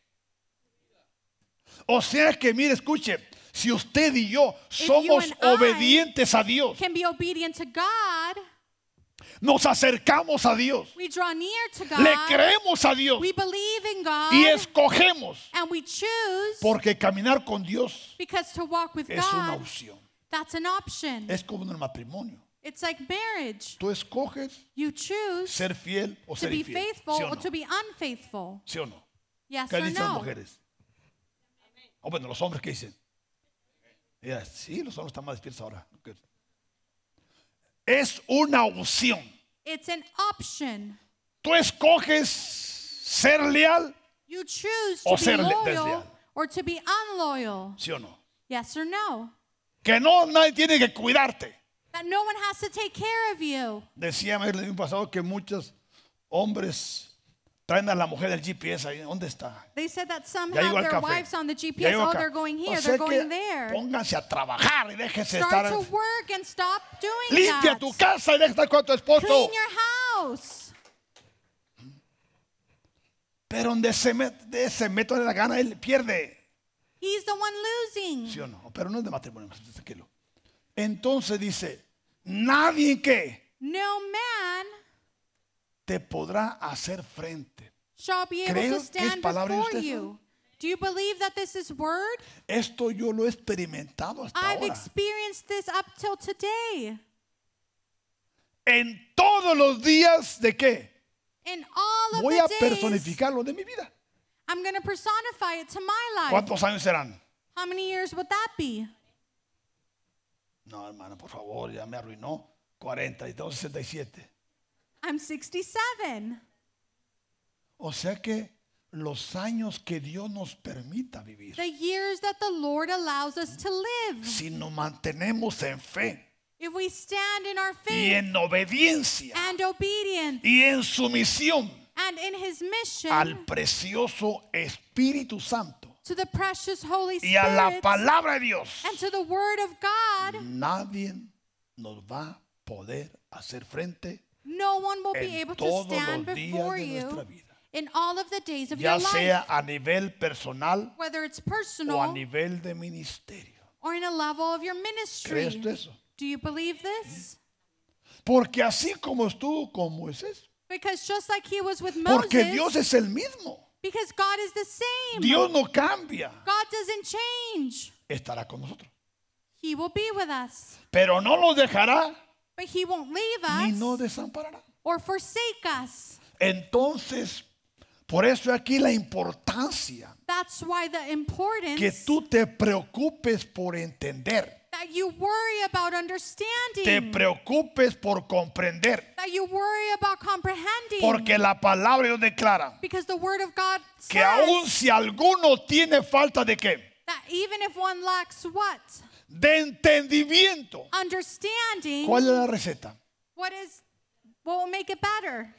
[SPEAKER 1] O sea que, mire, escuche, si usted y yo somos
[SPEAKER 2] and I
[SPEAKER 1] obedientes a Dios,
[SPEAKER 2] can be obedient to God.
[SPEAKER 1] nos acercamos a Dios,
[SPEAKER 2] We draw near to
[SPEAKER 1] le
[SPEAKER 2] God.
[SPEAKER 1] creemos a Dios
[SPEAKER 2] We believe in
[SPEAKER 1] y
[SPEAKER 2] God.
[SPEAKER 1] escogemos.
[SPEAKER 2] And we choose
[SPEAKER 1] Porque caminar con Dios
[SPEAKER 2] because to walk with
[SPEAKER 1] es una
[SPEAKER 2] God,
[SPEAKER 1] opción.
[SPEAKER 2] that's an option.
[SPEAKER 1] Es como en el matrimonio.
[SPEAKER 2] It's like marriage.
[SPEAKER 1] Tú escoges
[SPEAKER 2] You choose
[SPEAKER 1] ser fiel o
[SPEAKER 2] to
[SPEAKER 1] ser
[SPEAKER 2] be
[SPEAKER 1] infiel.
[SPEAKER 2] faithful
[SPEAKER 1] ¿Sí o
[SPEAKER 2] or
[SPEAKER 1] no?
[SPEAKER 2] to be unfaithful.
[SPEAKER 1] ¿Sí o no?
[SPEAKER 2] Yes
[SPEAKER 1] ¿Qué
[SPEAKER 2] or
[SPEAKER 1] dicen las
[SPEAKER 2] no?
[SPEAKER 1] mujeres? O bueno, los hombres, ¿qué dicen? Ya, sí, los hombres están más despiertos ahora. Good. Es una opción.
[SPEAKER 2] It's an option.
[SPEAKER 1] Tú escoges ser leal,
[SPEAKER 2] You choose
[SPEAKER 1] O
[SPEAKER 2] to
[SPEAKER 1] ser
[SPEAKER 2] be
[SPEAKER 1] le-
[SPEAKER 2] loyal
[SPEAKER 1] desleal.
[SPEAKER 2] or to be unloyal.
[SPEAKER 1] ¿sí o no?
[SPEAKER 2] Yes or no?
[SPEAKER 1] Que no, nadie tiene que cuidarte.
[SPEAKER 2] That no one has to take care of you.
[SPEAKER 1] Decía en el año pasado que muchos hombres traen a la mujer del GPS ahí. ¿Dónde está?
[SPEAKER 2] They said that some
[SPEAKER 1] Ya
[SPEAKER 2] have
[SPEAKER 1] llegó al
[SPEAKER 2] their
[SPEAKER 1] café.
[SPEAKER 2] wives on the
[SPEAKER 1] Ya
[SPEAKER 2] GPS.
[SPEAKER 1] llegó
[SPEAKER 2] Oh,
[SPEAKER 1] acá.
[SPEAKER 2] they're going
[SPEAKER 1] O
[SPEAKER 2] here,
[SPEAKER 1] sea
[SPEAKER 2] they're
[SPEAKER 1] que
[SPEAKER 2] going there.
[SPEAKER 1] Pónganse a trabajar y déjense
[SPEAKER 2] Start
[SPEAKER 1] estar.
[SPEAKER 2] to work and stop doing
[SPEAKER 1] Limpia
[SPEAKER 2] that.
[SPEAKER 1] tu casa y deja estar con tu esposo.
[SPEAKER 2] Clean your house.
[SPEAKER 1] Pero donde se, met- de- se mete la gana, él pierde.
[SPEAKER 2] He's the one losing.
[SPEAKER 1] ¿Sí o no? Pero no es de matrimonio, tranquilo. Entonces dice, nadie que
[SPEAKER 2] No man
[SPEAKER 1] te podrá hacer frente.
[SPEAKER 2] shall be able
[SPEAKER 1] ¿Creen que
[SPEAKER 2] to
[SPEAKER 1] es
[SPEAKER 2] stand
[SPEAKER 1] palabra de
[SPEAKER 2] before
[SPEAKER 1] usted?
[SPEAKER 2] you. Do you believe that this is word?
[SPEAKER 1] Esto yo lo he experimentado hasta
[SPEAKER 2] I've
[SPEAKER 1] ahora.
[SPEAKER 2] experienced this up till today.
[SPEAKER 1] En todos los días de qué?
[SPEAKER 2] In all of
[SPEAKER 1] Voy a
[SPEAKER 2] the days,
[SPEAKER 1] personificarlo de mi vida.
[SPEAKER 2] I'm going to personify it to my life.
[SPEAKER 1] ¿Cuántos años serán?
[SPEAKER 2] How many years would that be?
[SPEAKER 1] No, hermana, por favor, ya me arruinó. 42, 67.
[SPEAKER 2] I'm 67.
[SPEAKER 1] O sea que los años que Dios nos permita vivir.
[SPEAKER 2] The years that the Lord allows us to live.
[SPEAKER 1] si nos mantenemos en fe
[SPEAKER 2] If we stand in our
[SPEAKER 1] y
[SPEAKER 2] faith
[SPEAKER 1] en obediencia
[SPEAKER 2] and obedience
[SPEAKER 1] y en sumisión
[SPEAKER 2] and in his mission
[SPEAKER 1] al precioso Espíritu Santo
[SPEAKER 2] to the precious Holy
[SPEAKER 1] y a la
[SPEAKER 2] Spirit
[SPEAKER 1] palabra de Dios,
[SPEAKER 2] and to the word of God,
[SPEAKER 1] nadie nos va a poder hacer frente
[SPEAKER 2] no one will be
[SPEAKER 1] en
[SPEAKER 2] able to
[SPEAKER 1] todos
[SPEAKER 2] stand
[SPEAKER 1] los días
[SPEAKER 2] before
[SPEAKER 1] de nuestra
[SPEAKER 2] you
[SPEAKER 1] vida,
[SPEAKER 2] in all of the days of your
[SPEAKER 1] ya
[SPEAKER 2] life,
[SPEAKER 1] sea a nivel personal
[SPEAKER 2] whether it's
[SPEAKER 1] o a
[SPEAKER 2] personal
[SPEAKER 1] nivel de ministerio.
[SPEAKER 2] or in a level of your
[SPEAKER 1] ¿Crees Mm. tú
[SPEAKER 2] ministry.
[SPEAKER 1] eso?
[SPEAKER 2] Do you believe this?
[SPEAKER 1] Porque así como estuvo con Moisés,
[SPEAKER 2] Because just like he was with
[SPEAKER 1] porque Dios
[SPEAKER 2] Moses,
[SPEAKER 1] es el mismo,
[SPEAKER 2] because God is the same,
[SPEAKER 1] Dios no cambia,
[SPEAKER 2] God doesn't change.
[SPEAKER 1] estará con nosotros.
[SPEAKER 2] He will be with us,
[SPEAKER 1] pero no los dejará
[SPEAKER 2] but he won't leave
[SPEAKER 1] ni no
[SPEAKER 2] us
[SPEAKER 1] desamparará.
[SPEAKER 2] or forsake us.
[SPEAKER 1] Entonces, por eso aquí la importancia
[SPEAKER 2] That's why the
[SPEAKER 1] que
[SPEAKER 2] importance
[SPEAKER 1] tú te preocupes por entender,
[SPEAKER 2] that you worry about
[SPEAKER 1] te
[SPEAKER 2] understanding,
[SPEAKER 1] preocupes por comprender,
[SPEAKER 2] that you worry about comprehending,
[SPEAKER 1] porque la palabra de Dios declara
[SPEAKER 2] because the word of God
[SPEAKER 1] que
[SPEAKER 2] says
[SPEAKER 1] aun si alguno tiene falta de qué,
[SPEAKER 2] that even if one lacks what?
[SPEAKER 1] de entendimiento,
[SPEAKER 2] Understanding,
[SPEAKER 1] ¿cuál es la receta?
[SPEAKER 2] what is what will make it better?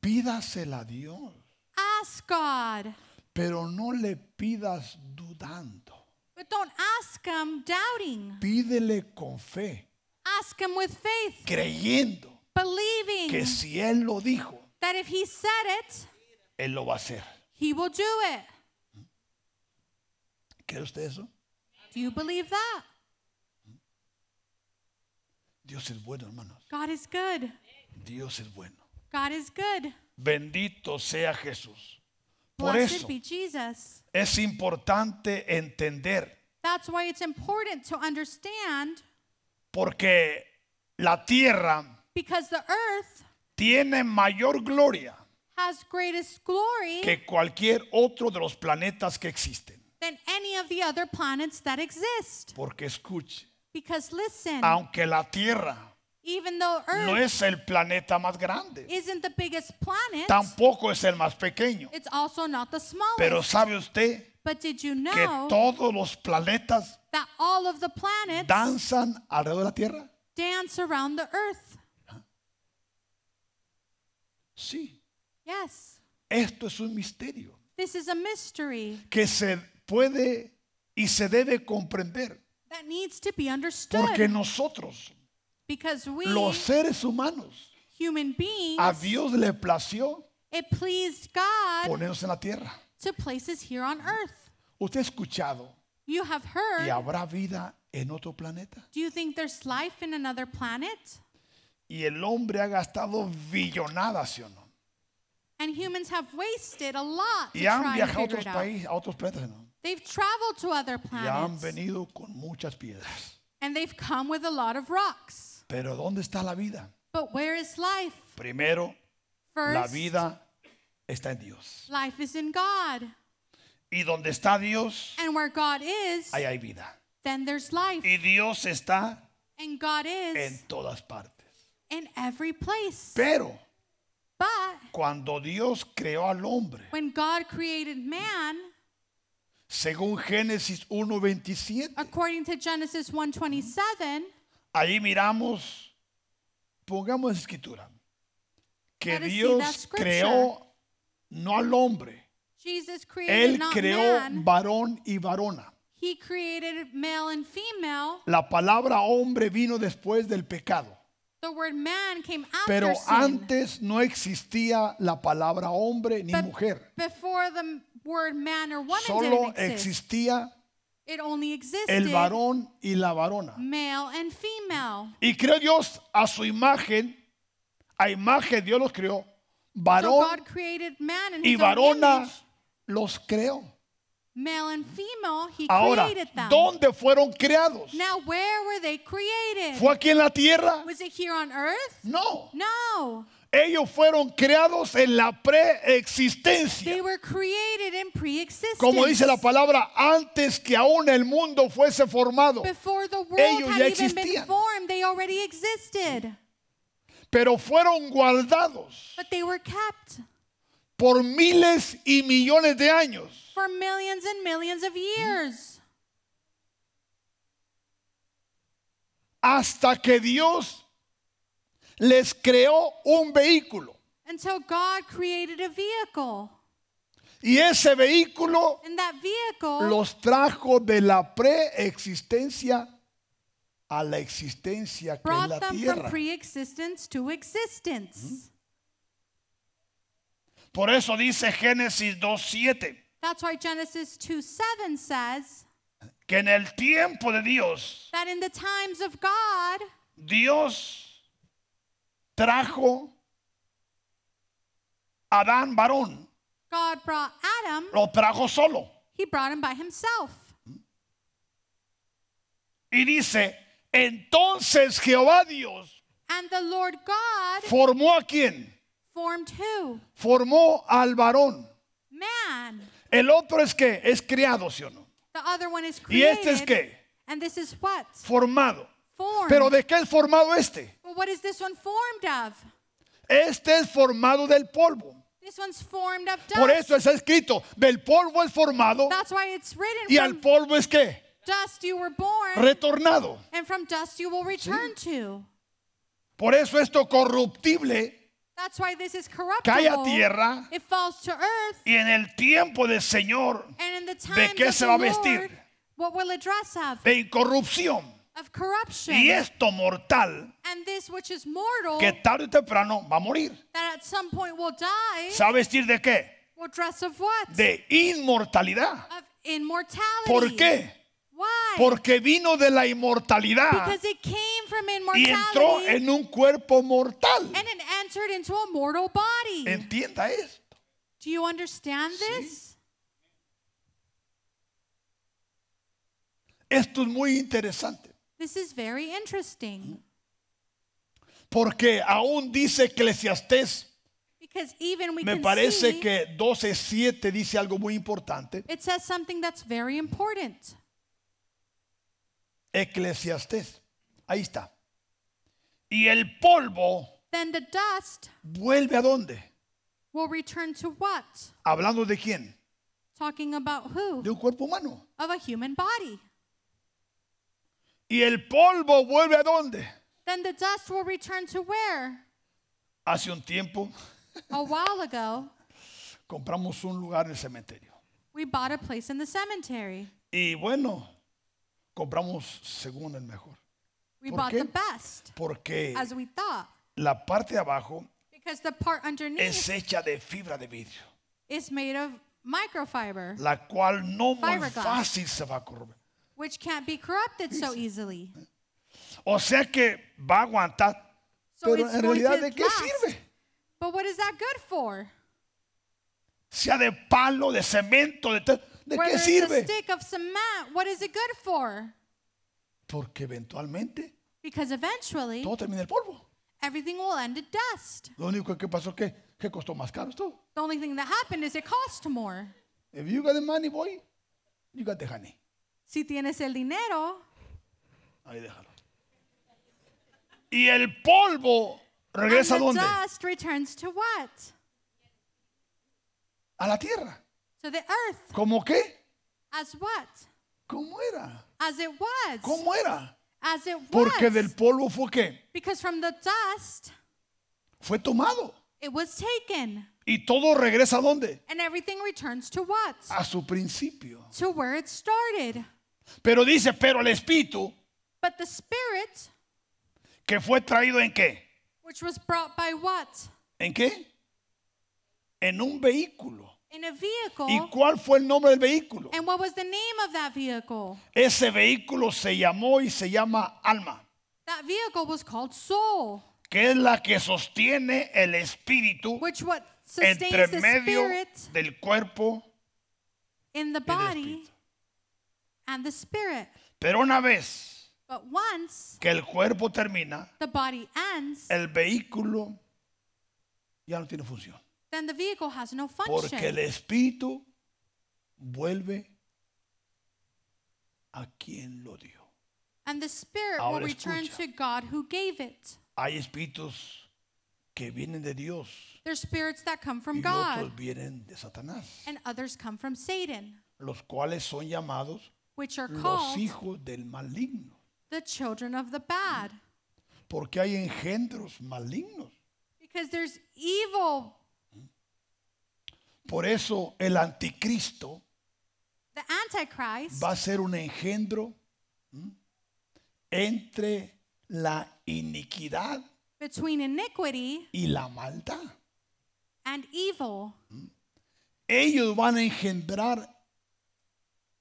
[SPEAKER 1] Pídasela a Dios,
[SPEAKER 2] Ask God.
[SPEAKER 1] pero no le pidas dudando,
[SPEAKER 2] But don't ask him doubting.
[SPEAKER 1] pídele con fe,
[SPEAKER 2] Ask him with faith,
[SPEAKER 1] creyendo.
[SPEAKER 2] believing
[SPEAKER 1] que si Él lo dijo,
[SPEAKER 2] that if he said it,
[SPEAKER 1] Él lo va a hacer.
[SPEAKER 2] he will do it.
[SPEAKER 1] ¿Cree usted eso?
[SPEAKER 2] Do you believe that?
[SPEAKER 1] Dios es bueno, hermanos.
[SPEAKER 2] God is good.
[SPEAKER 1] Dios es bueno.
[SPEAKER 2] God is good.
[SPEAKER 1] Bendito sea Jesús. Por
[SPEAKER 2] Blessed
[SPEAKER 1] eso
[SPEAKER 2] be Jesus.
[SPEAKER 1] es importante entender,
[SPEAKER 2] That's why it's important to understand
[SPEAKER 1] porque la tierra
[SPEAKER 2] because the earth
[SPEAKER 1] tiene mayor gloria
[SPEAKER 2] has greatest glory
[SPEAKER 1] que cualquier otro de los planetas que existen.
[SPEAKER 2] than any of the other planets that exist.
[SPEAKER 1] Porque escuche,
[SPEAKER 2] Because listen,
[SPEAKER 1] aunque la tierra
[SPEAKER 2] even though earth
[SPEAKER 1] no es el planeta más grande,
[SPEAKER 2] isn't the biggest planet,
[SPEAKER 1] tampoco es el más pequeño,
[SPEAKER 2] it's also not the smallest.
[SPEAKER 1] pero ¿sabe usted
[SPEAKER 2] but did you
[SPEAKER 1] que
[SPEAKER 2] know
[SPEAKER 1] todos los planetas
[SPEAKER 2] that all of the planets
[SPEAKER 1] danzan alrededor de la Tierra?
[SPEAKER 2] dance around the earth?
[SPEAKER 1] Sí.
[SPEAKER 2] Yes.
[SPEAKER 1] Esto es un misterio
[SPEAKER 2] This is a mystery
[SPEAKER 1] que se puede y se debe comprender
[SPEAKER 2] that needs to be understood
[SPEAKER 1] porque nosotros,
[SPEAKER 2] because we
[SPEAKER 1] los seres humanos,
[SPEAKER 2] human beings
[SPEAKER 1] a Dios le plació
[SPEAKER 2] It pleased God
[SPEAKER 1] ponernos en la Tierra.
[SPEAKER 2] to place us here on earth.
[SPEAKER 1] Usted ha escuchado
[SPEAKER 2] You have
[SPEAKER 1] y
[SPEAKER 2] heard.
[SPEAKER 1] habrá vida en otro planeta.
[SPEAKER 2] Do you think there's life in another planet?
[SPEAKER 1] Y el hombre ha gastado billonadas, ¿sí o no?
[SPEAKER 2] And humans have wasted a lot to
[SPEAKER 1] Y han
[SPEAKER 2] try and
[SPEAKER 1] viajado a
[SPEAKER 2] figure
[SPEAKER 1] otros
[SPEAKER 2] it out. Ah,
[SPEAKER 1] países, a otros planetas, ¿sí o ¿no?
[SPEAKER 2] They've traveled to other
[SPEAKER 1] Y han
[SPEAKER 2] planets
[SPEAKER 1] venido con muchas piedras.
[SPEAKER 2] and they've come with a lot of rocks.
[SPEAKER 1] Pero ¿dónde está la vida?
[SPEAKER 2] But where is life?
[SPEAKER 1] Primero, La
[SPEAKER 2] First,
[SPEAKER 1] vida está en Dios.
[SPEAKER 2] life is in God.
[SPEAKER 1] Y donde está Dios,
[SPEAKER 2] And where God is,
[SPEAKER 1] ahí hay vida.
[SPEAKER 2] then there's life.
[SPEAKER 1] Y Dios está
[SPEAKER 2] And God
[SPEAKER 1] en
[SPEAKER 2] is
[SPEAKER 1] todas partes.
[SPEAKER 2] in every place.
[SPEAKER 1] Pero
[SPEAKER 2] But
[SPEAKER 1] cuando Dios creó al hombre,
[SPEAKER 2] when God created man,
[SPEAKER 1] según Génesis 1:27,
[SPEAKER 2] according to Genesis 1:27,
[SPEAKER 1] ahí miramos, pongamos esa escritura, que
[SPEAKER 2] Let us see that
[SPEAKER 1] Dios
[SPEAKER 2] scripture.
[SPEAKER 1] creó no al hombre,
[SPEAKER 2] Jesus created
[SPEAKER 1] Él
[SPEAKER 2] not
[SPEAKER 1] creó
[SPEAKER 2] man,
[SPEAKER 1] varón y varona.
[SPEAKER 2] he created male and female.
[SPEAKER 1] La palabra hombre vino después del pecado.
[SPEAKER 2] The word man came after
[SPEAKER 1] Pero
[SPEAKER 2] sin.
[SPEAKER 1] antes no existía la palabra hombre ni
[SPEAKER 2] But
[SPEAKER 1] mujer.
[SPEAKER 2] Before the m- word man or woman
[SPEAKER 1] Solo
[SPEAKER 2] didn't exist. Este
[SPEAKER 1] existía
[SPEAKER 2] It only existed
[SPEAKER 1] el varón y la varona.
[SPEAKER 2] male and female.
[SPEAKER 1] Y creó Dios a su imagen, a imagen Dios los creó,
[SPEAKER 2] So
[SPEAKER 1] varón
[SPEAKER 2] God created man in
[SPEAKER 1] y
[SPEAKER 2] his own
[SPEAKER 1] varona
[SPEAKER 2] image.
[SPEAKER 1] los creó.
[SPEAKER 2] Male and female, he
[SPEAKER 1] Ahora,
[SPEAKER 2] created them.
[SPEAKER 1] ¿dónde fueron creados?
[SPEAKER 2] Now, where were they created?
[SPEAKER 1] ¿Fue aquí en la tierra?
[SPEAKER 2] Was it here on earth?
[SPEAKER 1] No.
[SPEAKER 2] No.
[SPEAKER 1] Ellos fueron creados en la
[SPEAKER 2] They
[SPEAKER 1] preexistencia.
[SPEAKER 2] were created in pre-existence.
[SPEAKER 1] Como dice la palabra, antes que aún el mundo fuese formado.
[SPEAKER 2] Before the world
[SPEAKER 1] Ellos
[SPEAKER 2] had
[SPEAKER 1] ya
[SPEAKER 2] even been
[SPEAKER 1] existían.
[SPEAKER 2] formed, they already existed.
[SPEAKER 1] Pero fueron guardados
[SPEAKER 2] But they were kept
[SPEAKER 1] por miles y millones de años.
[SPEAKER 2] for millions and millions of
[SPEAKER 1] Mm-hmm.
[SPEAKER 2] years.
[SPEAKER 1] Hasta que Dios les creó un vehículo.
[SPEAKER 2] Until God created a vehicle.
[SPEAKER 1] Y ese vehículo
[SPEAKER 2] And that vehicle
[SPEAKER 1] los trajo de la preexistencia a la existencia que es
[SPEAKER 2] brought
[SPEAKER 1] la
[SPEAKER 2] them from
[SPEAKER 1] tierra. Mm-hmm.
[SPEAKER 2] pre-existence to existence.
[SPEAKER 1] Por eso dice Génesis 2.7.
[SPEAKER 2] That's why Genesis 2 7 says
[SPEAKER 1] que en el tiempo de Dios,
[SPEAKER 2] that in the times of God,
[SPEAKER 1] Dios trajo a Adán varón,
[SPEAKER 2] God brought Adam,
[SPEAKER 1] lo trajo solo.
[SPEAKER 2] he brought him by himself.
[SPEAKER 1] Y dice, entonces Jehová Dios
[SPEAKER 2] And the Lord God
[SPEAKER 1] formó a quién?
[SPEAKER 2] formed who?
[SPEAKER 1] Formó al varón.
[SPEAKER 2] Man.
[SPEAKER 1] El otro es que es criado, ¿sí o no?
[SPEAKER 2] The other one is
[SPEAKER 1] ¿Y
[SPEAKER 2] created.
[SPEAKER 1] este es qué?
[SPEAKER 2] And this is what?
[SPEAKER 1] Formado.
[SPEAKER 2] Formed.
[SPEAKER 1] Pero ¿de qué es formado este?
[SPEAKER 2] Well, what is this one formed of?
[SPEAKER 1] Este es formado del polvo.
[SPEAKER 2] This one's formed of dust.
[SPEAKER 1] Por eso está escrito, del polvo es formado
[SPEAKER 2] That's why it's written
[SPEAKER 1] y
[SPEAKER 2] from
[SPEAKER 1] al polvo es qué?
[SPEAKER 2] dust you were born,
[SPEAKER 1] Retornado.
[SPEAKER 2] and from dust you will return to.
[SPEAKER 1] Por eso esto corruptible
[SPEAKER 2] That's why this is corruptible.
[SPEAKER 1] cae a tierra
[SPEAKER 2] It falls to earth,
[SPEAKER 1] y en el tiempo del Señor
[SPEAKER 2] and in the times
[SPEAKER 1] qué
[SPEAKER 2] of
[SPEAKER 1] se
[SPEAKER 2] the
[SPEAKER 1] va a vestir?
[SPEAKER 2] Lord, what will it dress of?
[SPEAKER 1] de incorrupción
[SPEAKER 2] Of corruption.
[SPEAKER 1] y esto mortal
[SPEAKER 2] And this which is mortal,
[SPEAKER 1] que tarde o temprano va a morir.
[SPEAKER 2] that at some point will die,
[SPEAKER 1] ¿Sabe vestir de qué?
[SPEAKER 2] will dress of what?
[SPEAKER 1] De inmortalidad.
[SPEAKER 2] of immortality.
[SPEAKER 1] ¿Por qué?
[SPEAKER 2] Why?
[SPEAKER 1] Porque vino de la inmortalidad
[SPEAKER 2] because it came from
[SPEAKER 1] y entró
[SPEAKER 2] immortality
[SPEAKER 1] en un cuerpo mortal.
[SPEAKER 2] and it entered into a mortal body.
[SPEAKER 1] Entienda esto.
[SPEAKER 2] Do you understand this?
[SPEAKER 1] Esto es muy interesante.
[SPEAKER 2] This is very interesting
[SPEAKER 1] Porque aún dice Eclesiastés,
[SPEAKER 2] because even we
[SPEAKER 1] me
[SPEAKER 2] can
[SPEAKER 1] parece
[SPEAKER 2] see
[SPEAKER 1] que 12.7 dice algo muy importante.
[SPEAKER 2] it says something that's very important.
[SPEAKER 1] Eclesiastés. Ahí está. Y el polvo
[SPEAKER 2] Then the dust
[SPEAKER 1] vuelve a dónde?
[SPEAKER 2] will return to what?
[SPEAKER 1] Hablando de quién?
[SPEAKER 2] Talking about who?
[SPEAKER 1] De un cuerpo humano.
[SPEAKER 2] Of a human body.
[SPEAKER 1] Y el polvo vuelve a dónde?
[SPEAKER 2] Then the dust will return to where?
[SPEAKER 1] Hace un tiempo
[SPEAKER 2] A while ago,
[SPEAKER 1] compramos un lugar en el cementerio.
[SPEAKER 2] we bought a place in the cemetery.
[SPEAKER 1] Y bueno, compramos según el mejor.
[SPEAKER 2] We
[SPEAKER 1] ¿Por
[SPEAKER 2] bought
[SPEAKER 1] qué?
[SPEAKER 2] the best,
[SPEAKER 1] Porque
[SPEAKER 2] as we thought,
[SPEAKER 1] la parte de abajo
[SPEAKER 2] because the part underneath
[SPEAKER 1] es hecha de fibra de vidrio,
[SPEAKER 2] is made of microfiber,
[SPEAKER 1] la cual no muy
[SPEAKER 2] Fiberglass.
[SPEAKER 1] fácil se va a correr.
[SPEAKER 2] which can't be corrupted so easily.
[SPEAKER 1] O sea que va a aguantar.
[SPEAKER 2] So
[SPEAKER 1] Pero
[SPEAKER 2] it's
[SPEAKER 1] en
[SPEAKER 2] going
[SPEAKER 1] realidad,
[SPEAKER 2] to
[SPEAKER 1] ¿de qué
[SPEAKER 2] last.
[SPEAKER 1] sirve?
[SPEAKER 2] But what is that good for?
[SPEAKER 1] sea de palo, de cemento, de, tal- ¿de
[SPEAKER 2] Whether
[SPEAKER 1] qué
[SPEAKER 2] it's a
[SPEAKER 1] sirve?
[SPEAKER 2] stick of cement, what is it good for?
[SPEAKER 1] Porque eventualmente
[SPEAKER 2] Because eventually
[SPEAKER 1] todo termina el polvo.
[SPEAKER 2] everything will end in dust.
[SPEAKER 1] Lo único que pasó es que, que costó más caro esto.
[SPEAKER 2] The only thing that happened is it cost more.
[SPEAKER 1] If you got the money, boy, you got the honey.
[SPEAKER 2] Si tienes el dinero,
[SPEAKER 1] Ahí déjalo. Y el polvo
[SPEAKER 2] and
[SPEAKER 1] regresa a
[SPEAKER 2] the
[SPEAKER 1] dónde?
[SPEAKER 2] dust returns to what?
[SPEAKER 1] A la tierra.
[SPEAKER 2] To the earth.
[SPEAKER 1] ¿Cómo qué?
[SPEAKER 2] As what?
[SPEAKER 1] ¿Cómo era?
[SPEAKER 2] As it was.
[SPEAKER 1] ¿Cómo era?
[SPEAKER 2] As it
[SPEAKER 1] Porque
[SPEAKER 2] was.
[SPEAKER 1] del polvo fue qué?
[SPEAKER 2] Because from the dust
[SPEAKER 1] Fue tomado.
[SPEAKER 2] it was taken.
[SPEAKER 1] Y todo regresa a dónde?
[SPEAKER 2] And everything returns to what?
[SPEAKER 1] A su principio.
[SPEAKER 2] To where it started.
[SPEAKER 1] Pero dice, pero el espíritu
[SPEAKER 2] But the spirit,
[SPEAKER 1] que fue traído en qué?
[SPEAKER 2] which was brought by what?
[SPEAKER 1] ¿En qué? En un vehículo.
[SPEAKER 2] in a vehicle.
[SPEAKER 1] ¿Y cuál fue el nombre del vehículo?
[SPEAKER 2] and what was the name of that vehicle?
[SPEAKER 1] Ese vehículo se llamó y se llama alma,
[SPEAKER 2] That vehicle was called soul,
[SPEAKER 1] que es la que sostiene el espíritu
[SPEAKER 2] which what
[SPEAKER 1] entre
[SPEAKER 2] sustains the
[SPEAKER 1] medio
[SPEAKER 2] spirit
[SPEAKER 1] del cuerpo.
[SPEAKER 2] in the
[SPEAKER 1] del
[SPEAKER 2] body
[SPEAKER 1] espíritu.
[SPEAKER 2] and the spirit.
[SPEAKER 1] Pero una vez
[SPEAKER 2] But once
[SPEAKER 1] que el cuerpo termina,
[SPEAKER 2] the body ends,
[SPEAKER 1] el vehículo ya no tiene función.
[SPEAKER 2] then the vehicle has no function
[SPEAKER 1] Porque el espíritu vuelve a quien lo dio.
[SPEAKER 2] and the spirit will
[SPEAKER 1] Ahora
[SPEAKER 2] return
[SPEAKER 1] escucha.
[SPEAKER 2] to God who gave it.
[SPEAKER 1] Hay espíritus que vienen de Dios
[SPEAKER 2] There's spirits that come from
[SPEAKER 1] y
[SPEAKER 2] God
[SPEAKER 1] otros vienen de Satanás,
[SPEAKER 2] and others come from Satan,
[SPEAKER 1] los cuales son llamados
[SPEAKER 2] which are
[SPEAKER 1] los
[SPEAKER 2] called
[SPEAKER 1] hijos del maligno,
[SPEAKER 2] the children of the bad.
[SPEAKER 1] porque hay engendros malignos.
[SPEAKER 2] Because there's evil.
[SPEAKER 1] Por eso el anticristo
[SPEAKER 2] The Antichrist
[SPEAKER 1] va a ser un engendro ¿m? entre la iniquidad
[SPEAKER 2] between iniquity
[SPEAKER 1] y la maldad.
[SPEAKER 2] and evil.
[SPEAKER 1] Ellos van a engendrar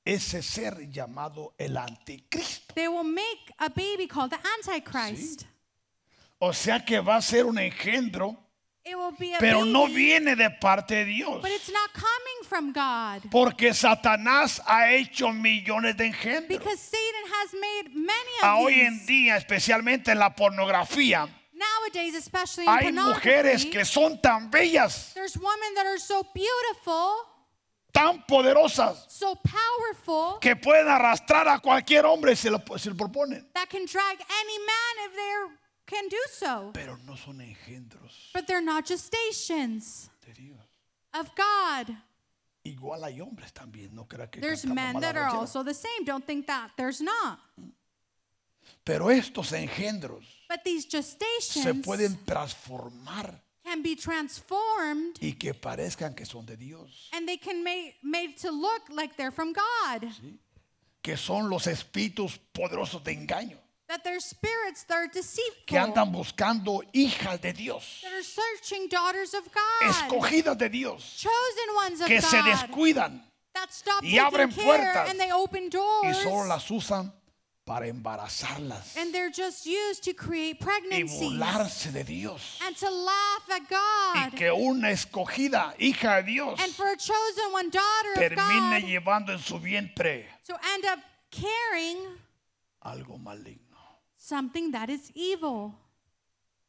[SPEAKER 1] ese ser llamado el anticristo.
[SPEAKER 2] They will make a baby called the Antichrist.
[SPEAKER 1] O sea que va a ser un engendro,
[SPEAKER 2] It will be a
[SPEAKER 1] pero
[SPEAKER 2] baby,
[SPEAKER 1] no viene de parte de Dios.
[SPEAKER 2] but it's not coming from God.
[SPEAKER 1] Porque Satanás ha hecho millones de engendros.
[SPEAKER 2] Because Satan has made
[SPEAKER 1] A
[SPEAKER 2] many of
[SPEAKER 1] hoy en
[SPEAKER 2] these.
[SPEAKER 1] día, especialmente en la pornografía,
[SPEAKER 2] Nowadays, especially in
[SPEAKER 1] hay mujeres
[SPEAKER 2] pornography,
[SPEAKER 1] que son tan bellas,
[SPEAKER 2] there's women that are so beautiful,
[SPEAKER 1] tan poderosas,
[SPEAKER 2] so powerful,
[SPEAKER 1] que pueden arrastrar a cualquier hombre si lo, si lo proponen.
[SPEAKER 2] that can drag any man if they can do so.
[SPEAKER 1] Pero no son engendros
[SPEAKER 2] But they're not gestations
[SPEAKER 1] de Dios.
[SPEAKER 2] of God.
[SPEAKER 1] Igual hay hombres también, no crea que
[SPEAKER 2] There's
[SPEAKER 1] cantamos
[SPEAKER 2] men
[SPEAKER 1] mala
[SPEAKER 2] that are
[SPEAKER 1] ranchera.
[SPEAKER 2] also the same. Don't think that there's not.
[SPEAKER 1] Pero estos engendros
[SPEAKER 2] But these
[SPEAKER 1] se
[SPEAKER 2] gestations
[SPEAKER 1] pueden transformar
[SPEAKER 2] can be transformed
[SPEAKER 1] y que parezcan que son de Dios,
[SPEAKER 2] and they can be made to look like they're from God.
[SPEAKER 1] que son los espíritus poderosos de engaño,
[SPEAKER 2] That they're spirits that are deceitful.
[SPEAKER 1] que andan buscando hijas de Dios,
[SPEAKER 2] that are searching daughters of God.
[SPEAKER 1] escogidas de Dios,
[SPEAKER 2] chosen ones of
[SPEAKER 1] que se
[SPEAKER 2] God.
[SPEAKER 1] descuidan
[SPEAKER 2] That stop
[SPEAKER 1] y
[SPEAKER 2] taking
[SPEAKER 1] abren
[SPEAKER 2] care
[SPEAKER 1] puertas
[SPEAKER 2] and they open
[SPEAKER 1] y
[SPEAKER 2] doors.
[SPEAKER 1] solo las usan para embarazarlas
[SPEAKER 2] and they're just used to create
[SPEAKER 1] y
[SPEAKER 2] pregnancies.
[SPEAKER 1] burlarse de Dios.
[SPEAKER 2] And to laugh at
[SPEAKER 1] Y
[SPEAKER 2] God.
[SPEAKER 1] que una escogida hija de Dios
[SPEAKER 2] and for a chosen one daughter of
[SPEAKER 1] termine
[SPEAKER 2] God
[SPEAKER 1] llevando en su vientre
[SPEAKER 2] to end up carrying
[SPEAKER 1] algo maligno.
[SPEAKER 2] something that is evil.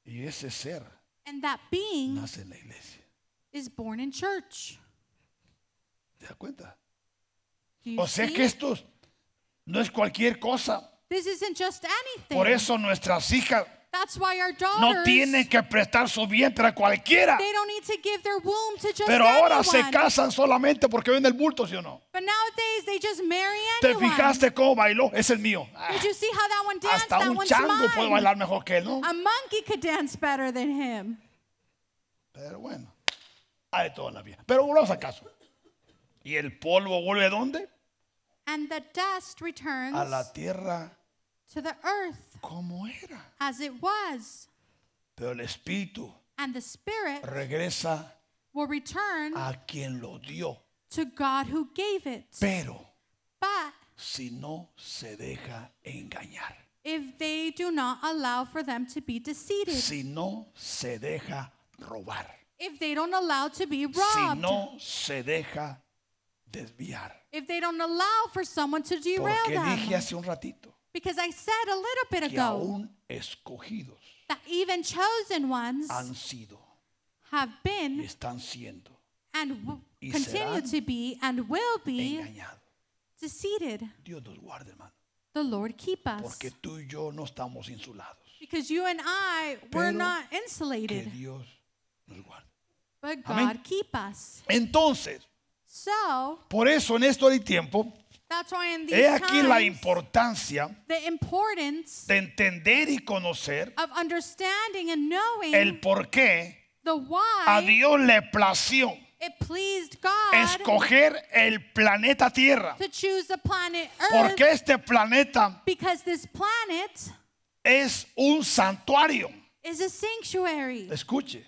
[SPEAKER 1] Y ese ser
[SPEAKER 2] And that being
[SPEAKER 1] nace en la iglesia.
[SPEAKER 2] is born in church.
[SPEAKER 1] ¿Te das cuenta?
[SPEAKER 2] Do you
[SPEAKER 1] O sea
[SPEAKER 2] see?
[SPEAKER 1] que esto no es cualquier cosa.
[SPEAKER 2] this isn't just anything.
[SPEAKER 1] Por eso nuestras hijas
[SPEAKER 2] That's why our
[SPEAKER 1] no
[SPEAKER 2] daughters
[SPEAKER 1] tienen que prestar su vientre a cualquiera.
[SPEAKER 2] they don't need to give their womb to just
[SPEAKER 1] Pero ahora se
[SPEAKER 2] anyone.
[SPEAKER 1] casan solamente porque ven el bulto, ¿sí o no?
[SPEAKER 2] But nowadays they just marry
[SPEAKER 1] ¿Te
[SPEAKER 2] anyone.
[SPEAKER 1] fijaste cómo bailó? Es el mío. Ah,
[SPEAKER 2] Did you see how that one danced?
[SPEAKER 1] Hasta
[SPEAKER 2] that
[SPEAKER 1] un
[SPEAKER 2] one's
[SPEAKER 1] chango puede
[SPEAKER 2] mine.
[SPEAKER 1] bailar mejor que él, ¿no?
[SPEAKER 2] A monkey could dance better than him.
[SPEAKER 1] Pero bueno, hay de toda la vida. Pero volvamos al caso. ¿Y el polvo vuelve a dónde?
[SPEAKER 2] And the dust returns
[SPEAKER 1] A la tierra
[SPEAKER 2] to the earth
[SPEAKER 1] como era.
[SPEAKER 2] as it was,
[SPEAKER 1] Pero el espíritu
[SPEAKER 2] and the spirit
[SPEAKER 1] regresa
[SPEAKER 2] will return
[SPEAKER 1] a quien lo dio.
[SPEAKER 2] to God who gave it.
[SPEAKER 1] Pero
[SPEAKER 2] But
[SPEAKER 1] si no se deja engañar,
[SPEAKER 2] if they do not allow for them to be deceived,
[SPEAKER 1] si no se deja robar,
[SPEAKER 2] if they don't allow to
[SPEAKER 1] si
[SPEAKER 2] be robbed,
[SPEAKER 1] no se deja desviar.
[SPEAKER 2] if they don't allow for someone to derail
[SPEAKER 1] Porque
[SPEAKER 2] them.
[SPEAKER 1] dije hace un ratito
[SPEAKER 2] Because I said a little bit
[SPEAKER 1] que
[SPEAKER 2] ago
[SPEAKER 1] aún escogidos
[SPEAKER 2] that even chosen ones
[SPEAKER 1] han sido
[SPEAKER 2] have
[SPEAKER 1] y
[SPEAKER 2] been
[SPEAKER 1] están siendo
[SPEAKER 2] and w-
[SPEAKER 1] y
[SPEAKER 2] continue
[SPEAKER 1] serán
[SPEAKER 2] to be and will be
[SPEAKER 1] engañados.
[SPEAKER 2] deceived.
[SPEAKER 1] Dios nos guarde, hermano,
[SPEAKER 2] The Lord keep us.
[SPEAKER 1] porque tú y yo no estamos insulados.
[SPEAKER 2] Because you and I
[SPEAKER 1] Pero
[SPEAKER 2] were not
[SPEAKER 1] Que
[SPEAKER 2] insulated,
[SPEAKER 1] Dios nos guarde.
[SPEAKER 2] but
[SPEAKER 1] Amén.
[SPEAKER 2] God keep us.
[SPEAKER 1] Entonces,
[SPEAKER 2] So
[SPEAKER 1] por eso en esto del tiempo,
[SPEAKER 2] that's why in these
[SPEAKER 1] he aquí la
[SPEAKER 2] times,
[SPEAKER 1] importancia
[SPEAKER 2] the importance
[SPEAKER 1] de entender y conocer
[SPEAKER 2] of understanding and knowing
[SPEAKER 1] el por qué
[SPEAKER 2] the
[SPEAKER 1] a
[SPEAKER 2] why
[SPEAKER 1] Dios le plació
[SPEAKER 2] it pleased God
[SPEAKER 1] escoger el planeta Tierra.
[SPEAKER 2] to choose the planet Earth
[SPEAKER 1] Porque este planeta
[SPEAKER 2] because this planet
[SPEAKER 1] es un santuario.
[SPEAKER 2] is a sanctuary.
[SPEAKER 1] Escuche,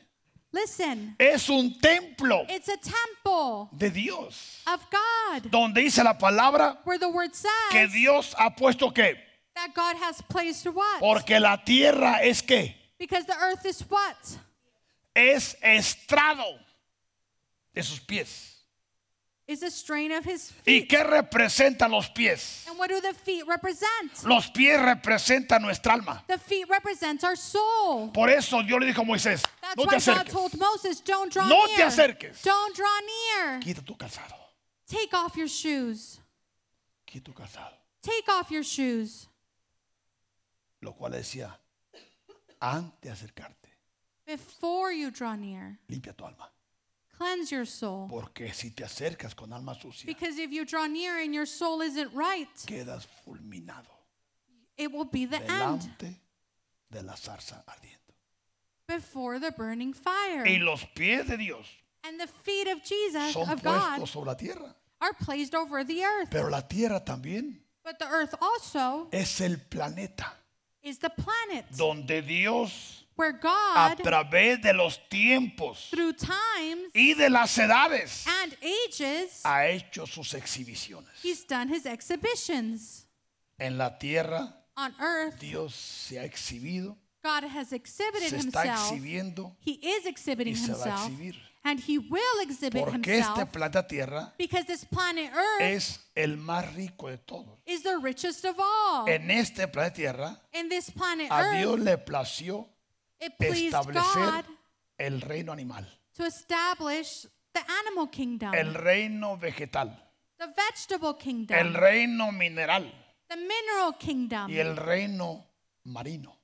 [SPEAKER 2] Listen,
[SPEAKER 1] Es un templo
[SPEAKER 2] it's a temple
[SPEAKER 1] de Dios.
[SPEAKER 2] of God
[SPEAKER 1] Donde dice la palabra
[SPEAKER 2] where the word
[SPEAKER 1] que
[SPEAKER 2] says
[SPEAKER 1] Dios ha puesto que.
[SPEAKER 2] that God has placed what?
[SPEAKER 1] Porque la tierra es que.
[SPEAKER 2] Because the earth is what?
[SPEAKER 1] Es estrado de sus pies.
[SPEAKER 2] Is the strain of his
[SPEAKER 1] ¿Y
[SPEAKER 2] feet.
[SPEAKER 1] qué representan los pies?
[SPEAKER 2] And what do the feet represent?
[SPEAKER 1] Los pies representan nuestra alma.
[SPEAKER 2] The feet represent our soul.
[SPEAKER 1] Por eso Dios le dijo a Moisés,
[SPEAKER 2] That's
[SPEAKER 1] no te
[SPEAKER 2] why God
[SPEAKER 1] acerques,
[SPEAKER 2] told Moses, don't draw
[SPEAKER 1] No
[SPEAKER 2] near.
[SPEAKER 1] te acerques.
[SPEAKER 2] Don't draw near.
[SPEAKER 1] quita tu calzado,
[SPEAKER 2] Take off your shoes.
[SPEAKER 1] quita tu calzado.
[SPEAKER 2] Take off your shoes.
[SPEAKER 1] Lo cual le decía, antes de acercarte,
[SPEAKER 2] Before you draw near,
[SPEAKER 1] limpia tu alma.
[SPEAKER 2] cleanse your soul.
[SPEAKER 1] Porque si te acercas con alma sucia,
[SPEAKER 2] Because if you draw near and your soul isn't right,
[SPEAKER 1] quedas fulminado
[SPEAKER 2] it will be the end
[SPEAKER 1] delante de la zarza ardiendo.
[SPEAKER 2] before the burning fire.
[SPEAKER 1] Y los pies de Dios
[SPEAKER 2] And the feet of Jesus,
[SPEAKER 1] son
[SPEAKER 2] of
[SPEAKER 1] puestos
[SPEAKER 2] God,
[SPEAKER 1] sobre la tierra.
[SPEAKER 2] are placed over the earth.
[SPEAKER 1] Pero la tierra también
[SPEAKER 2] But the earth also
[SPEAKER 1] es el planeta
[SPEAKER 2] is the planet
[SPEAKER 1] donde Dios,
[SPEAKER 2] where
[SPEAKER 1] a
[SPEAKER 2] God,
[SPEAKER 1] través de los tiempos
[SPEAKER 2] through times
[SPEAKER 1] y de las edades,
[SPEAKER 2] and ages,
[SPEAKER 1] ha hecho sus exhibiciones.
[SPEAKER 2] he's done his exhibitions.
[SPEAKER 1] En la tierra
[SPEAKER 2] On earth,
[SPEAKER 1] Dios se ha exhibido,
[SPEAKER 2] God has exhibited
[SPEAKER 1] se está
[SPEAKER 2] himself.
[SPEAKER 1] exhibiendo
[SPEAKER 2] He is exhibiting
[SPEAKER 1] y se va a
[SPEAKER 2] himself.
[SPEAKER 1] exhibir.
[SPEAKER 2] And he will exhibit
[SPEAKER 1] Porque
[SPEAKER 2] himself
[SPEAKER 1] este planeta Tierra
[SPEAKER 2] because this planet Earth
[SPEAKER 1] es el más rico de todos.
[SPEAKER 2] is the richest of all.
[SPEAKER 1] En este planeta Tierra
[SPEAKER 2] Oh. In this planet
[SPEAKER 1] a
[SPEAKER 2] Earth,
[SPEAKER 1] Dios le plació
[SPEAKER 2] it pleased
[SPEAKER 1] establecer
[SPEAKER 2] God
[SPEAKER 1] el reino animal,
[SPEAKER 2] to establish the animal kingdom,
[SPEAKER 1] el reino vegetal,
[SPEAKER 2] the vegetable kingdom,
[SPEAKER 1] el reino mineral
[SPEAKER 2] the mineral kingdom,
[SPEAKER 1] y el reino marino.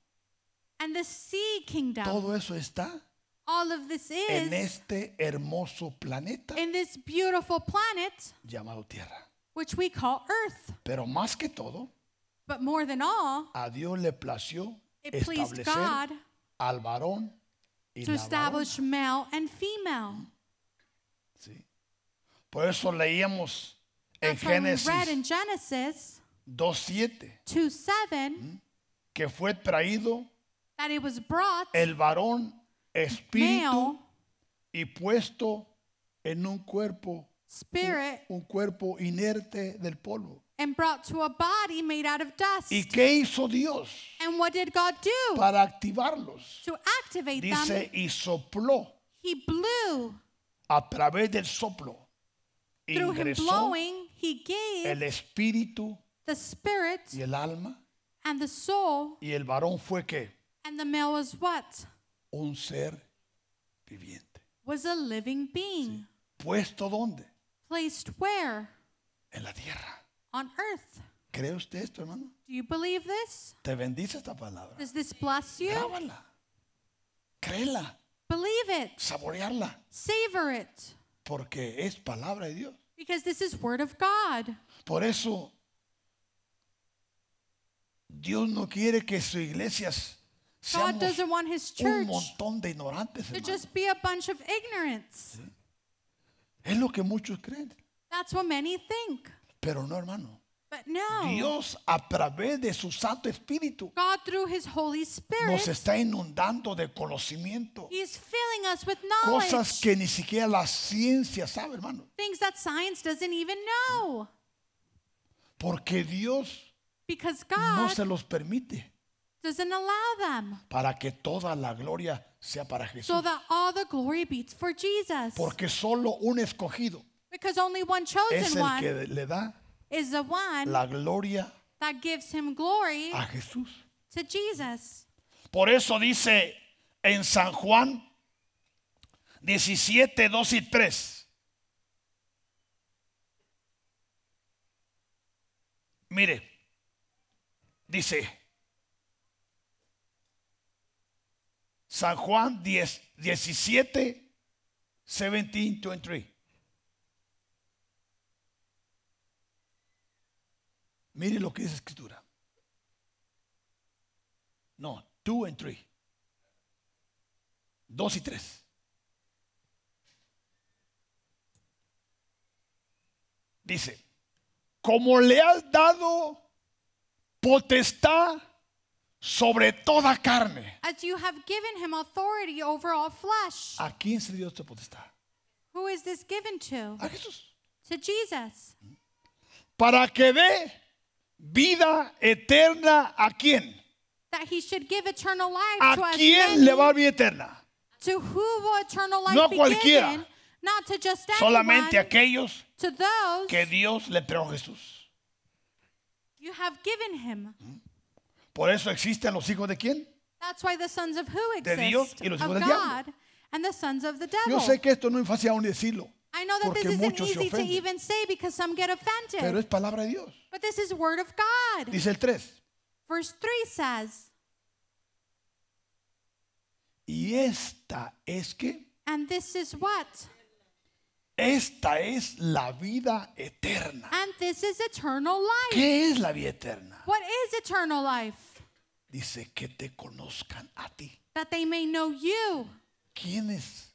[SPEAKER 2] and the sea kingdom.
[SPEAKER 1] Todo eso está
[SPEAKER 2] All of this
[SPEAKER 1] en
[SPEAKER 2] is
[SPEAKER 1] este hermoso planeta
[SPEAKER 2] in this beautiful planet,
[SPEAKER 1] llamado Tierra.
[SPEAKER 2] which we call Earth.
[SPEAKER 1] Pero más que todo,
[SPEAKER 2] But more than all,
[SPEAKER 1] a Dios le plació
[SPEAKER 2] it pleased
[SPEAKER 1] establecer
[SPEAKER 2] God
[SPEAKER 1] al varón y
[SPEAKER 2] to
[SPEAKER 1] la varona.
[SPEAKER 2] establish male and female.
[SPEAKER 1] Sí. Por eso leíamos en
[SPEAKER 2] That's why we
[SPEAKER 1] Génesis
[SPEAKER 2] read in Genesis
[SPEAKER 1] 2.7
[SPEAKER 2] 2
[SPEAKER 1] Mm-hmm.
[SPEAKER 2] 7
[SPEAKER 1] que fue traído
[SPEAKER 2] that it was brought
[SPEAKER 1] el varón espíritu
[SPEAKER 2] male
[SPEAKER 1] y puesto en un cuerpo,
[SPEAKER 2] spirit
[SPEAKER 1] un cuerpo inerte del polvo.
[SPEAKER 2] and brought to a body made out of dust.
[SPEAKER 1] ¿Y qué hizo Dios
[SPEAKER 2] And what did God do
[SPEAKER 1] para activarlos?
[SPEAKER 2] to activate them?
[SPEAKER 1] Dice, y sopló
[SPEAKER 2] He blew.
[SPEAKER 1] a través del soplo.
[SPEAKER 2] Through him
[SPEAKER 1] Ingresó
[SPEAKER 2] blowing, he gave
[SPEAKER 1] el espíritu
[SPEAKER 2] the spirit
[SPEAKER 1] y el alma
[SPEAKER 2] and the soul,
[SPEAKER 1] y el varón fue que
[SPEAKER 2] and the male was what?
[SPEAKER 1] un ser viviente.
[SPEAKER 2] Was a living being.
[SPEAKER 1] ¿Puesto dónde?
[SPEAKER 2] Placed where?
[SPEAKER 1] En la tierra.
[SPEAKER 2] On earth.
[SPEAKER 1] ¿Cree usted esto, hermano?
[SPEAKER 2] Do you believe this?
[SPEAKER 1] Te bendice esta palabra.
[SPEAKER 2] Does this bless you?
[SPEAKER 1] Grábala. Créela,
[SPEAKER 2] Believe it.
[SPEAKER 1] saborearla,
[SPEAKER 2] Savor it.
[SPEAKER 1] porque es palabra de Dios.
[SPEAKER 2] Because this is word of God.
[SPEAKER 1] Por eso Dios no quiere que sus iglesias seamos
[SPEAKER 2] God doesn't want his
[SPEAKER 1] un
[SPEAKER 2] church
[SPEAKER 1] montón de ignorantes.
[SPEAKER 2] to
[SPEAKER 1] hermano.
[SPEAKER 2] just be a bunch of ignorance.
[SPEAKER 1] Es lo que muchos creen,
[SPEAKER 2] That's what many think.
[SPEAKER 1] pero no, hermano.
[SPEAKER 2] But no,
[SPEAKER 1] Dios a través de su Santo Espíritu
[SPEAKER 2] God through his Holy
[SPEAKER 1] nos
[SPEAKER 2] Spirit,
[SPEAKER 1] está inundando de conocimiento,
[SPEAKER 2] he's filling us with knowledge.
[SPEAKER 1] cosas que ni siquiera la ciencia sabe, hermano,
[SPEAKER 2] Things that science doesn't even know.
[SPEAKER 1] porque Dios
[SPEAKER 2] Because
[SPEAKER 1] no
[SPEAKER 2] God
[SPEAKER 1] se los permite
[SPEAKER 2] doesn't allow them.
[SPEAKER 1] para que toda la gloria sea para
[SPEAKER 2] So
[SPEAKER 1] Jesús,
[SPEAKER 2] that all the glory beats for Jesus.
[SPEAKER 1] porque solo un escogido
[SPEAKER 2] Because only one
[SPEAKER 1] es
[SPEAKER 2] chosen
[SPEAKER 1] el
[SPEAKER 2] one
[SPEAKER 1] que le da
[SPEAKER 2] is the one
[SPEAKER 1] la Ah. gloria
[SPEAKER 2] that gives him glory
[SPEAKER 1] a Jesús.
[SPEAKER 2] to Jesus.
[SPEAKER 1] Por eso dice en San Juan 17, 2 y 3. Mire, dice San Juan 10, 17, 17, 23. Mire lo que dice la Escritura. No, 2 and 3. 2 y 3. Dice, como le has dado potestad sobre toda carne.
[SPEAKER 2] as you have given him authority over all flesh.
[SPEAKER 1] ¿A quién se le dio esta potestad?
[SPEAKER 2] Who is this given to?
[SPEAKER 1] A Jesús.
[SPEAKER 2] To Jesus.
[SPEAKER 1] Para que dé vida eterna a quién.
[SPEAKER 2] That he should give eternal life to
[SPEAKER 1] ¿A
[SPEAKER 2] us.
[SPEAKER 1] quién le va a dar vida eterna?
[SPEAKER 2] To who will eternal life
[SPEAKER 1] No a
[SPEAKER 2] be
[SPEAKER 1] cualquiera.
[SPEAKER 2] given? Not to just anyone.
[SPEAKER 1] Solamente a aquellos
[SPEAKER 2] to those
[SPEAKER 1] que Dios le entregó a Jesús.
[SPEAKER 2] you have given him.
[SPEAKER 1] Por eso existen los hijos de quién?
[SPEAKER 2] That's why the sons of who
[SPEAKER 1] De
[SPEAKER 2] exist?
[SPEAKER 1] Dios y los
[SPEAKER 2] of
[SPEAKER 1] hijos del diablo.
[SPEAKER 2] God and the sons of the devil.
[SPEAKER 1] Yo sé que esto no es fácil aún decirlo,
[SPEAKER 2] I know that this
[SPEAKER 1] porque
[SPEAKER 2] isn't
[SPEAKER 1] muchos se
[SPEAKER 2] easy to
[SPEAKER 1] ofenden.
[SPEAKER 2] even say because some get offended.
[SPEAKER 1] pero es palabra de Dios.
[SPEAKER 2] but this is word of God.
[SPEAKER 1] Dice el 3.
[SPEAKER 2] Verse 3 says,
[SPEAKER 1] Y esta es que,
[SPEAKER 2] And this is what?
[SPEAKER 1] esta es la vida eterna.
[SPEAKER 2] And this is eternal life.
[SPEAKER 1] ¿Qué es la vida eterna?
[SPEAKER 2] What is eternal life?
[SPEAKER 1] Dice que te conozcan a ti.
[SPEAKER 2] That they may know you.
[SPEAKER 1] ¿Quién es?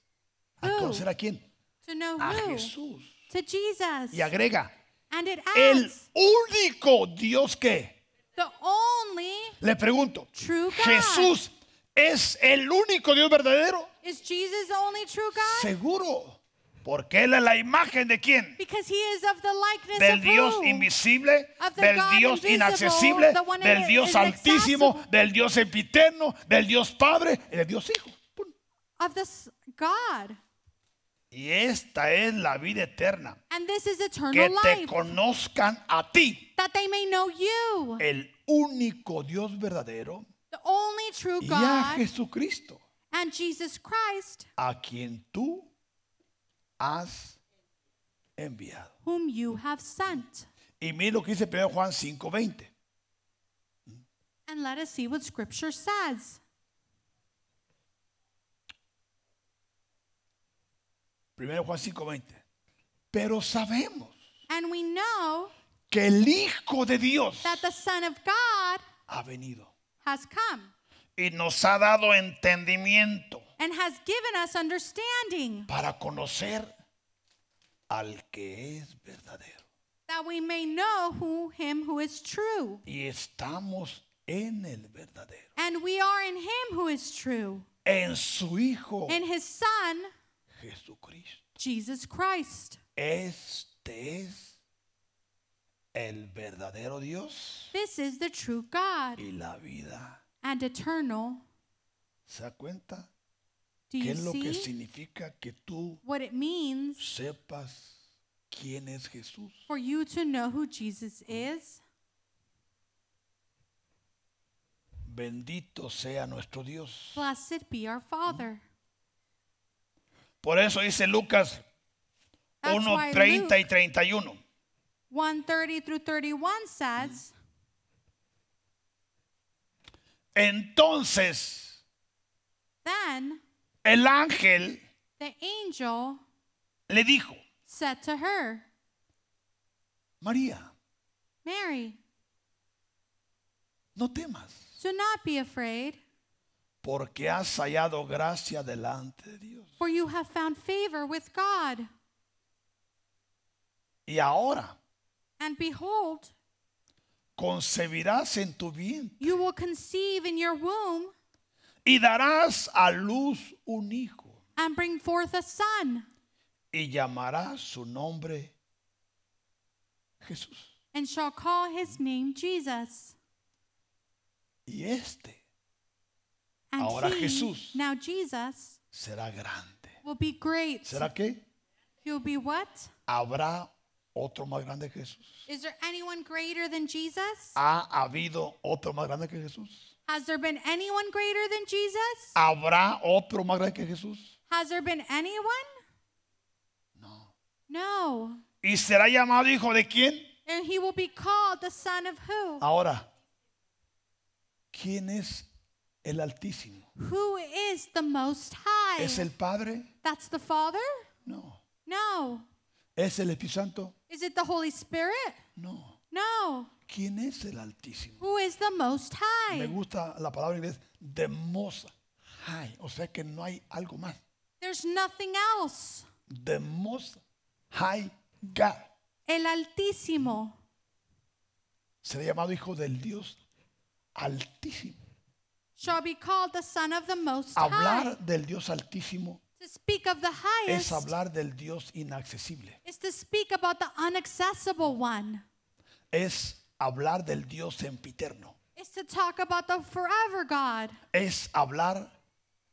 [SPEAKER 1] ¿A
[SPEAKER 2] Who?
[SPEAKER 1] conocer a quién?
[SPEAKER 2] To know
[SPEAKER 1] A
[SPEAKER 2] who?
[SPEAKER 1] Jesús.
[SPEAKER 2] To Jesus.
[SPEAKER 1] Y agrega,
[SPEAKER 2] And it
[SPEAKER 1] el
[SPEAKER 2] adds
[SPEAKER 1] único Dios que,
[SPEAKER 2] the only
[SPEAKER 1] le pregunto,
[SPEAKER 2] true God.
[SPEAKER 1] Jesús es el único Dios verdadero.
[SPEAKER 2] Is Jesus the only true God?
[SPEAKER 1] Seguro, porque Él es la imagen de quién?
[SPEAKER 2] Because he is of the likeness
[SPEAKER 1] Del
[SPEAKER 2] of
[SPEAKER 1] Dios
[SPEAKER 2] who?
[SPEAKER 1] invisible,
[SPEAKER 2] Of the
[SPEAKER 1] del
[SPEAKER 2] God
[SPEAKER 1] Dios
[SPEAKER 2] invisible,
[SPEAKER 1] inaccesible,
[SPEAKER 2] the one
[SPEAKER 1] del
[SPEAKER 2] that
[SPEAKER 1] Dios
[SPEAKER 2] is
[SPEAKER 1] altísimo, del Dios epiterno, del Dios Padre y del Dios Hijo. Pum.
[SPEAKER 2] Of this God.
[SPEAKER 1] Y esta es la vida eterna,
[SPEAKER 2] And this is
[SPEAKER 1] que
[SPEAKER 2] eternal
[SPEAKER 1] te
[SPEAKER 2] life.
[SPEAKER 1] conozcan a ti,
[SPEAKER 2] That they may know you.
[SPEAKER 1] el único Dios verdadero,
[SPEAKER 2] The only true
[SPEAKER 1] y a
[SPEAKER 2] Oh, God.
[SPEAKER 1] Jesucristo,
[SPEAKER 2] And Jesus Christ,
[SPEAKER 1] a quien tú has enviado.
[SPEAKER 2] whom you have sent.
[SPEAKER 1] Y mira lo que dice 1 Juan 5:20.
[SPEAKER 2] And let us see what Scripture says.
[SPEAKER 1] 1 Juan 5:20. Pero sabemos
[SPEAKER 2] And we know
[SPEAKER 1] que el Hijo de Dios
[SPEAKER 2] that the Son of God
[SPEAKER 1] ha venido
[SPEAKER 2] has come
[SPEAKER 1] y nos ha dado entendimiento
[SPEAKER 2] and has given us understanding
[SPEAKER 1] para conocer al que es verdadero.
[SPEAKER 2] that we may know who him who is true.
[SPEAKER 1] Y estamos en el verdadero,
[SPEAKER 2] And we are in him who is true,
[SPEAKER 1] en su Hijo
[SPEAKER 2] in his Son,
[SPEAKER 1] Jesucristo.
[SPEAKER 2] Jesus Christ.
[SPEAKER 1] Este es el verdadero Dios
[SPEAKER 2] This is the true God
[SPEAKER 1] y la vida.
[SPEAKER 2] and eternal.
[SPEAKER 1] ¿Se da cuenta?
[SPEAKER 2] Do
[SPEAKER 1] ¿Qué
[SPEAKER 2] you
[SPEAKER 1] es lo que
[SPEAKER 2] see
[SPEAKER 1] significa que tú
[SPEAKER 2] what it means
[SPEAKER 1] sepas quién es Jesús.
[SPEAKER 2] for you to know who Jesus is?
[SPEAKER 1] Bendito sea nuestro Dios.
[SPEAKER 2] Blessed be our Father.
[SPEAKER 1] Por eso dice Lucas
[SPEAKER 2] That's why
[SPEAKER 1] 1:30 y
[SPEAKER 2] Luke
[SPEAKER 1] 31.
[SPEAKER 2] 130 through 31 says,
[SPEAKER 1] Entonces
[SPEAKER 2] Then
[SPEAKER 1] el ángel
[SPEAKER 2] the angel
[SPEAKER 1] le dijo,
[SPEAKER 2] said to her,
[SPEAKER 1] María,
[SPEAKER 2] Mary,
[SPEAKER 1] no temas,
[SPEAKER 2] do not be afraid,
[SPEAKER 1] porque has hallado gracia delante de Dios.
[SPEAKER 2] for you have found favor with God.
[SPEAKER 1] Y ahora
[SPEAKER 2] And behold,
[SPEAKER 1] concebirás en tu bien
[SPEAKER 2] you will conceive in your womb
[SPEAKER 1] y darás a luz un hijo
[SPEAKER 2] and bring forth a son,
[SPEAKER 1] y llamarás su nombre Jesús.
[SPEAKER 2] and shall call his name Jesus.
[SPEAKER 1] Y este
[SPEAKER 2] And
[SPEAKER 1] Ahora
[SPEAKER 2] he,
[SPEAKER 1] Jesús.
[SPEAKER 2] now Jesus,
[SPEAKER 1] será grande.
[SPEAKER 2] will be great.
[SPEAKER 1] ¿Será que
[SPEAKER 2] He'll be what?
[SPEAKER 1] habrá otro más grande que Jesús?
[SPEAKER 2] Is there anyone greater than Jesus?
[SPEAKER 1] ¿Ha habido otro más grande que Jesús?
[SPEAKER 2] Has there been anyone greater than Jesus?
[SPEAKER 1] ¿Habrá otro más grande que Jesús?
[SPEAKER 2] Has there been anyone?
[SPEAKER 1] No.
[SPEAKER 2] No.
[SPEAKER 1] ¿Y será llamado hijo de quién?
[SPEAKER 2] And he will be called the Son of who?
[SPEAKER 1] Ahora, ¿quién es el Altísimo?
[SPEAKER 2] Who is the Most High?
[SPEAKER 1] ¿Es el Padre?
[SPEAKER 2] That's the Father?
[SPEAKER 1] No.
[SPEAKER 2] No.
[SPEAKER 1] ¿Es el Espíritu Santo?
[SPEAKER 2] Is it the Holy Spirit?
[SPEAKER 1] No.
[SPEAKER 2] No.
[SPEAKER 1] ¿Quién es el Altísimo?
[SPEAKER 2] Who is the Most
[SPEAKER 1] Me
[SPEAKER 2] High?
[SPEAKER 1] gusta la palabra en inglés, the most high. O sea que no hay algo más.
[SPEAKER 2] There's nothing else.
[SPEAKER 1] The most high God.
[SPEAKER 2] El Altísimo.
[SPEAKER 1] será llamado hijo del Dios altísimo.
[SPEAKER 2] shall be called the Son of the Most High.
[SPEAKER 1] Hablar del Dios altísimo
[SPEAKER 2] To speak of the
[SPEAKER 1] es
[SPEAKER 2] highest
[SPEAKER 1] hablar del Dios inaccesible.
[SPEAKER 2] is to speak about the unaccessible one,
[SPEAKER 1] Es hablar del Dios sempiterno.
[SPEAKER 2] is to talk about the forever God,
[SPEAKER 1] Es hablar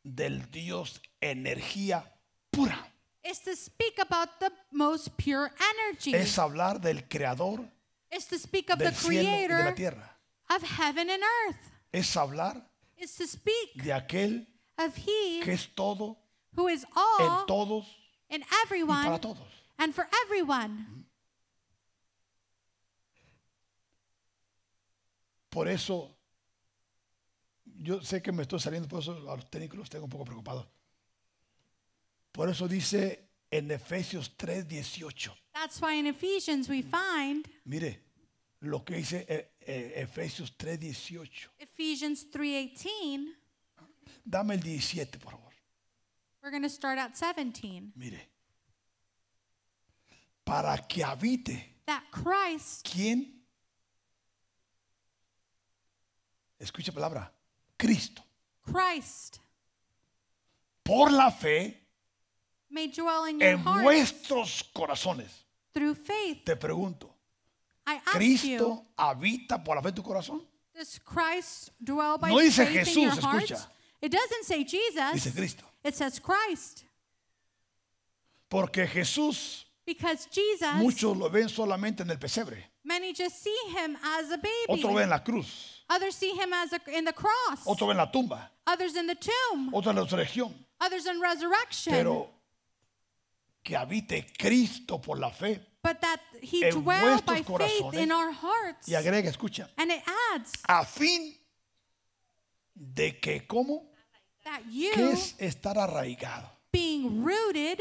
[SPEAKER 1] del Dios energía pura.
[SPEAKER 2] is to speak about the most pure energy,
[SPEAKER 1] Es hablar del creador
[SPEAKER 2] is to speak of the
[SPEAKER 1] del cielo y de
[SPEAKER 2] creator
[SPEAKER 1] la tierra.
[SPEAKER 2] of heaven and earth,
[SPEAKER 1] Es hablar
[SPEAKER 2] is to speak
[SPEAKER 1] de aquel
[SPEAKER 2] of he
[SPEAKER 1] que es todo
[SPEAKER 2] who is
[SPEAKER 1] en
[SPEAKER 2] all
[SPEAKER 1] todos
[SPEAKER 2] in
[SPEAKER 1] y para
[SPEAKER 2] everyone
[SPEAKER 1] todos.
[SPEAKER 2] and for everyone.
[SPEAKER 1] Por eso, yo sé que me estoy saliendo, por eso a los técnicos los tengo un poco preocupados. Por eso dice en Efesios 3, 18.
[SPEAKER 2] That's why in Ephesians we find
[SPEAKER 1] Mire lo que dice eh, eh, Efesios 3, 18.
[SPEAKER 2] Ephesians 3:18.
[SPEAKER 1] Dame el 17, por favor.
[SPEAKER 2] We're going to start at 17.
[SPEAKER 1] Mire. Para que habite.
[SPEAKER 2] That Christ,
[SPEAKER 1] ¿Quién? Escuche palabra. Cristo.
[SPEAKER 2] Christ
[SPEAKER 1] Por la fe
[SPEAKER 2] may dwell in your
[SPEAKER 1] en
[SPEAKER 2] heart
[SPEAKER 1] vuestros corazones.
[SPEAKER 2] through faith.
[SPEAKER 1] Te pregunto,
[SPEAKER 2] I ask you,
[SPEAKER 1] ¿Cristo habita por la fe en tu corazón?
[SPEAKER 2] does Christ dwell by
[SPEAKER 1] No dice
[SPEAKER 2] faith in your
[SPEAKER 1] Jesús,
[SPEAKER 2] heart?
[SPEAKER 1] escucha.
[SPEAKER 2] It doesn't say
[SPEAKER 1] Dice
[SPEAKER 2] Jesus.
[SPEAKER 1] Cristo.
[SPEAKER 2] It says Christ
[SPEAKER 1] Porque Jesús,
[SPEAKER 2] because Jesus
[SPEAKER 1] muchos lo ven solamente en el pesebre,
[SPEAKER 2] many just see him as a
[SPEAKER 1] otros ven
[SPEAKER 2] baby.
[SPEAKER 1] en la cruz,
[SPEAKER 2] Others see him as a, in the cross.
[SPEAKER 1] otros ven en la tumba,
[SPEAKER 2] Others in the tomb.
[SPEAKER 1] otros en la resurrección.
[SPEAKER 2] Others in resurrection.
[SPEAKER 1] Pero que habite Cristo por la fe.
[SPEAKER 2] But that he
[SPEAKER 1] en
[SPEAKER 2] dwell by
[SPEAKER 1] vuestros
[SPEAKER 2] faith in
[SPEAKER 1] corazones
[SPEAKER 2] our hearts.
[SPEAKER 1] Y agrega, escucha,
[SPEAKER 2] And it adds
[SPEAKER 1] a fin de que, ¿cómo?
[SPEAKER 2] that
[SPEAKER 1] ¿Qué
[SPEAKER 2] you
[SPEAKER 1] es estar arraigado?
[SPEAKER 2] being rooted,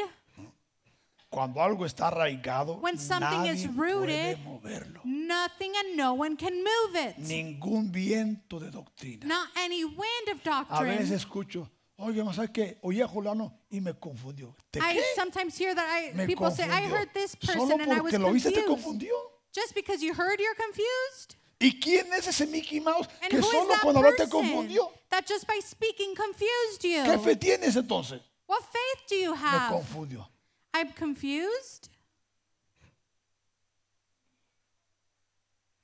[SPEAKER 1] Cuando algo está arraigado,
[SPEAKER 2] When something
[SPEAKER 1] nadie
[SPEAKER 2] is
[SPEAKER 1] puede
[SPEAKER 2] rooted,
[SPEAKER 1] moverlo.
[SPEAKER 2] nothing and no one can move it.
[SPEAKER 1] Ningún viento de doctrina.
[SPEAKER 2] Not any wind of
[SPEAKER 1] A
[SPEAKER 2] doctrine.
[SPEAKER 1] veces escucho, oye, ¿no sabes qué? Oí a Julano y me confundió. ¿Te
[SPEAKER 2] I
[SPEAKER 1] qué?
[SPEAKER 2] sometimes hear that I
[SPEAKER 1] Me
[SPEAKER 2] people say, I
[SPEAKER 1] confundió.
[SPEAKER 2] heard this
[SPEAKER 1] Solo
[SPEAKER 2] person and I was
[SPEAKER 1] porque lo oíste te
[SPEAKER 2] confused.
[SPEAKER 1] confundió.
[SPEAKER 2] Just because you heard, you're confused?
[SPEAKER 1] ¿Y quién es ese Mickey Mouse
[SPEAKER 2] And
[SPEAKER 1] que
[SPEAKER 2] who is
[SPEAKER 1] solo
[SPEAKER 2] that
[SPEAKER 1] cuando habló te
[SPEAKER 2] person
[SPEAKER 1] confundió?
[SPEAKER 2] that just by speaking confused
[SPEAKER 1] ¿Qué fe
[SPEAKER 2] you?
[SPEAKER 1] tienes entonces?
[SPEAKER 2] What faith do you
[SPEAKER 1] Me
[SPEAKER 2] have?
[SPEAKER 1] confundió.
[SPEAKER 2] I'm confused.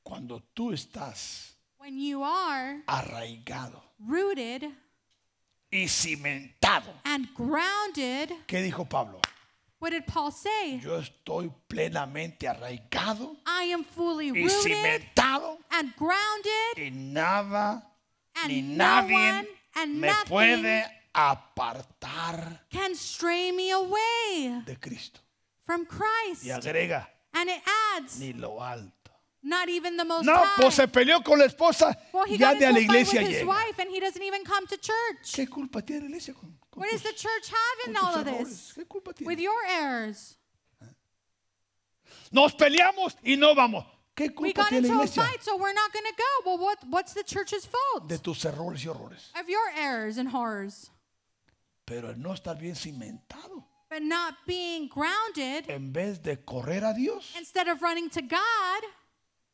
[SPEAKER 1] Cuando tú estás
[SPEAKER 2] When you are
[SPEAKER 1] arraigado
[SPEAKER 2] rooted
[SPEAKER 1] y cimentado,
[SPEAKER 2] and grounded,
[SPEAKER 1] ¿qué dijo Pablo?
[SPEAKER 2] what did Paul say?
[SPEAKER 1] Yo estoy plenamente arraigado
[SPEAKER 2] I am fully
[SPEAKER 1] y
[SPEAKER 2] rooted
[SPEAKER 1] cimentado
[SPEAKER 2] and grounded,
[SPEAKER 1] y nada ni
[SPEAKER 2] and no
[SPEAKER 1] nadie
[SPEAKER 2] one and
[SPEAKER 1] me
[SPEAKER 2] nothing
[SPEAKER 1] puede apartar
[SPEAKER 2] can stray me away
[SPEAKER 1] de Cristo.
[SPEAKER 2] from Christ.
[SPEAKER 1] Y agrega,
[SPEAKER 2] And it adds,
[SPEAKER 1] ni lo alto.
[SPEAKER 2] not even the most
[SPEAKER 1] No, pues
[SPEAKER 2] high.
[SPEAKER 1] se peleó con la esposa,
[SPEAKER 2] Well, he
[SPEAKER 1] ya
[SPEAKER 2] got
[SPEAKER 1] de a la
[SPEAKER 2] into a fight
[SPEAKER 1] iglesia
[SPEAKER 2] with his
[SPEAKER 1] llega.
[SPEAKER 2] wife, and he doesn't even come to church.
[SPEAKER 1] ¿Qué culpa tiene la iglesia con, con
[SPEAKER 2] What does
[SPEAKER 1] tus-
[SPEAKER 2] the church have
[SPEAKER 1] con
[SPEAKER 2] in
[SPEAKER 1] tus
[SPEAKER 2] all of
[SPEAKER 1] errores?
[SPEAKER 2] this?
[SPEAKER 1] ¿Qué culpa tiene?
[SPEAKER 2] With your errors.
[SPEAKER 1] Nos peleamos y no vamos. ¿Qué
[SPEAKER 2] We
[SPEAKER 1] culpa
[SPEAKER 2] got
[SPEAKER 1] tiene la
[SPEAKER 2] into
[SPEAKER 1] iglesia?
[SPEAKER 2] a fight, so we're not going to go. Well, what, what's the church's fault?
[SPEAKER 1] De tus errores y horrores.
[SPEAKER 2] Of your errors and horrors.
[SPEAKER 1] Pero el no estar bien cimentado,
[SPEAKER 2] But not being grounded,
[SPEAKER 1] en vez de correr a Dios,
[SPEAKER 2] instead of running to God,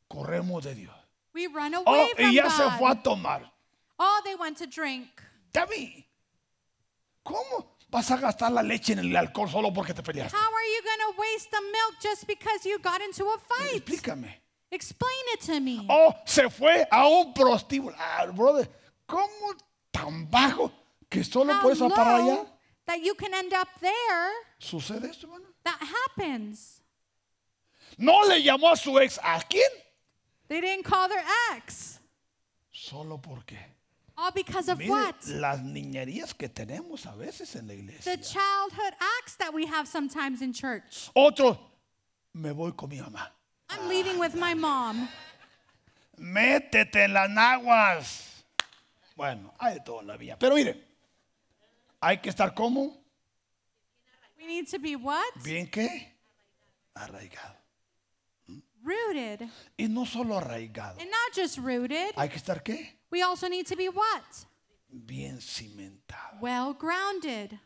[SPEAKER 1] corremos de Dios.
[SPEAKER 2] we run away
[SPEAKER 1] Oh,
[SPEAKER 2] from
[SPEAKER 1] y ya se fue
[SPEAKER 2] God.
[SPEAKER 1] a tomar.
[SPEAKER 2] Oh, they went to drink.
[SPEAKER 1] David, ¿cómo vas a gastar la leche en el alcohol solo porque te peleaste?
[SPEAKER 2] How are you going to waste the milk just because you got into a fight?
[SPEAKER 1] Explícame.
[SPEAKER 2] Explain it to me.
[SPEAKER 1] Oh, se fue a un prostíbulo. Ah, brother, ¿cómo tan bajo que solo
[SPEAKER 2] How
[SPEAKER 1] por eso para
[SPEAKER 2] low
[SPEAKER 1] allá?
[SPEAKER 2] that you can end up there,
[SPEAKER 1] ¿Sucede esto, hermano?
[SPEAKER 2] that happens.
[SPEAKER 1] No le llamó a su ex. ¿A quién?
[SPEAKER 2] They didn't call their ex.
[SPEAKER 1] Solo porque.
[SPEAKER 2] All because of
[SPEAKER 1] Mire,
[SPEAKER 2] what?
[SPEAKER 1] las niñerías que tenemos a veces en la iglesia.
[SPEAKER 2] The childhood acts that we have sometimes in church.
[SPEAKER 1] Otros, me voy con mi mamá.
[SPEAKER 2] I'm leaving with my mom.
[SPEAKER 1] Métete en las naguas. Bueno, hay de todo en la vida. Pero mire, hay que estar como,
[SPEAKER 2] We need to be what?
[SPEAKER 1] bien que, arraigado.
[SPEAKER 2] Rooted.
[SPEAKER 1] Y no solo arraigado.
[SPEAKER 2] And not just rooted,
[SPEAKER 1] Hay que estar qué?
[SPEAKER 2] we also need to be what?
[SPEAKER 1] Bien cimentado.
[SPEAKER 2] Well grounded.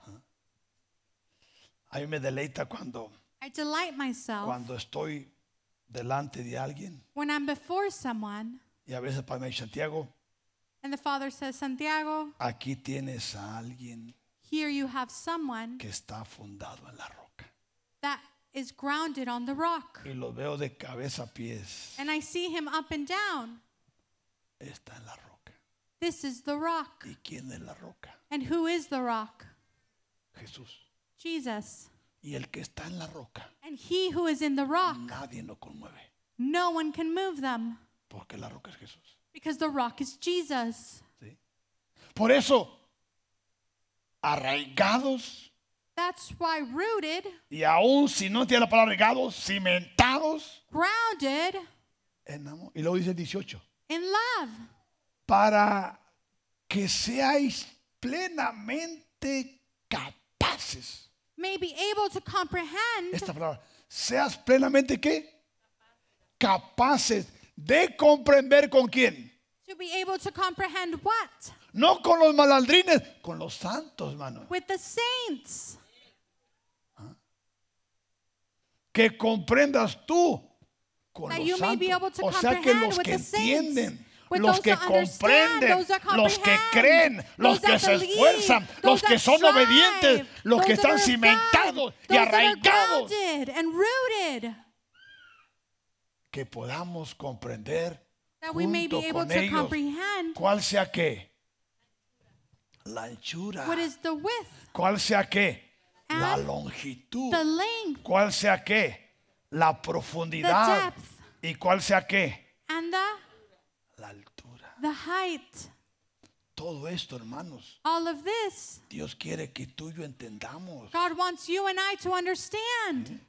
[SPEAKER 1] A mí me deleita cuando,
[SPEAKER 2] I delight myself
[SPEAKER 1] cuando estoy delante de alguien.
[SPEAKER 2] when I'm before someone.
[SPEAKER 1] Y a veces para mí, Santiago,
[SPEAKER 2] And the father says, Santiago,
[SPEAKER 1] Aquí tienes a alguien
[SPEAKER 2] here you have someone
[SPEAKER 1] que está fundado en la roca.
[SPEAKER 2] that is grounded on the rock.
[SPEAKER 1] Y lo veo de cabeza a pies.
[SPEAKER 2] And I see him up and down.
[SPEAKER 1] Está en la roca.
[SPEAKER 2] This is the rock.
[SPEAKER 1] ¿Y quién es la roca?
[SPEAKER 2] And who is the rock?
[SPEAKER 1] Jesús.
[SPEAKER 2] Jesus.
[SPEAKER 1] Y el que está en la roca,
[SPEAKER 2] And he who is in the rock,
[SPEAKER 1] nadie lo conmueve.
[SPEAKER 2] no one can move them
[SPEAKER 1] Porque la roca es Jesús.
[SPEAKER 2] because the rock is Jesus.
[SPEAKER 1] ¿sí? Por eso, arraigados,
[SPEAKER 2] That's why rooted,
[SPEAKER 1] y aún si no tiene la palabra arraigados, cimentados.
[SPEAKER 2] grounded
[SPEAKER 1] en amor. Y luego dice el 18.
[SPEAKER 2] in love,
[SPEAKER 1] para que seáis plenamente capaces.
[SPEAKER 2] may be able to comprehend
[SPEAKER 1] Esta palabra, seas plenamente qué? Capaces de comprender con quién.
[SPEAKER 2] to be able to comprehend what?
[SPEAKER 1] No con los malandrines, con los santos, hermano.
[SPEAKER 2] With the saints.
[SPEAKER 1] Que comprendas tú con
[SPEAKER 2] That
[SPEAKER 1] los
[SPEAKER 2] you may be able
[SPEAKER 1] santos.
[SPEAKER 2] to
[SPEAKER 1] O sea que
[SPEAKER 2] comprehend
[SPEAKER 1] los
[SPEAKER 2] with
[SPEAKER 1] que
[SPEAKER 2] the saints,
[SPEAKER 1] entienden,
[SPEAKER 2] with
[SPEAKER 1] los
[SPEAKER 2] those
[SPEAKER 1] que
[SPEAKER 2] that understand,
[SPEAKER 1] comprenden,
[SPEAKER 2] those that
[SPEAKER 1] los que
[SPEAKER 2] comprehend,
[SPEAKER 1] creen, los
[SPEAKER 2] those
[SPEAKER 1] que
[SPEAKER 2] that
[SPEAKER 1] se
[SPEAKER 2] believe,
[SPEAKER 1] esfuerzan, los
[SPEAKER 2] those
[SPEAKER 1] que
[SPEAKER 2] that
[SPEAKER 1] son
[SPEAKER 2] strive,
[SPEAKER 1] obedientes, los que
[SPEAKER 2] those
[SPEAKER 1] están
[SPEAKER 2] that are of
[SPEAKER 1] cimentados y
[SPEAKER 2] God, those that are
[SPEAKER 1] arraigados.
[SPEAKER 2] grounded and rooted.
[SPEAKER 1] que podamos comprender
[SPEAKER 2] That we may
[SPEAKER 1] junto
[SPEAKER 2] be able
[SPEAKER 1] con
[SPEAKER 2] to
[SPEAKER 1] ellos
[SPEAKER 2] comprehend
[SPEAKER 1] cuál sea qué la anchura,
[SPEAKER 2] what is the width,
[SPEAKER 1] cuál sea qué la
[SPEAKER 2] And
[SPEAKER 1] longitud,
[SPEAKER 2] the length,
[SPEAKER 1] cuál sea qué la profundidad
[SPEAKER 2] depth.
[SPEAKER 1] y cuál sea qué
[SPEAKER 2] and the,
[SPEAKER 1] la altura.
[SPEAKER 2] the height.
[SPEAKER 1] Todo esto, hermanos,
[SPEAKER 2] All of this,
[SPEAKER 1] Dios quiere que tú y yo entendamos
[SPEAKER 2] God wants you and I to understand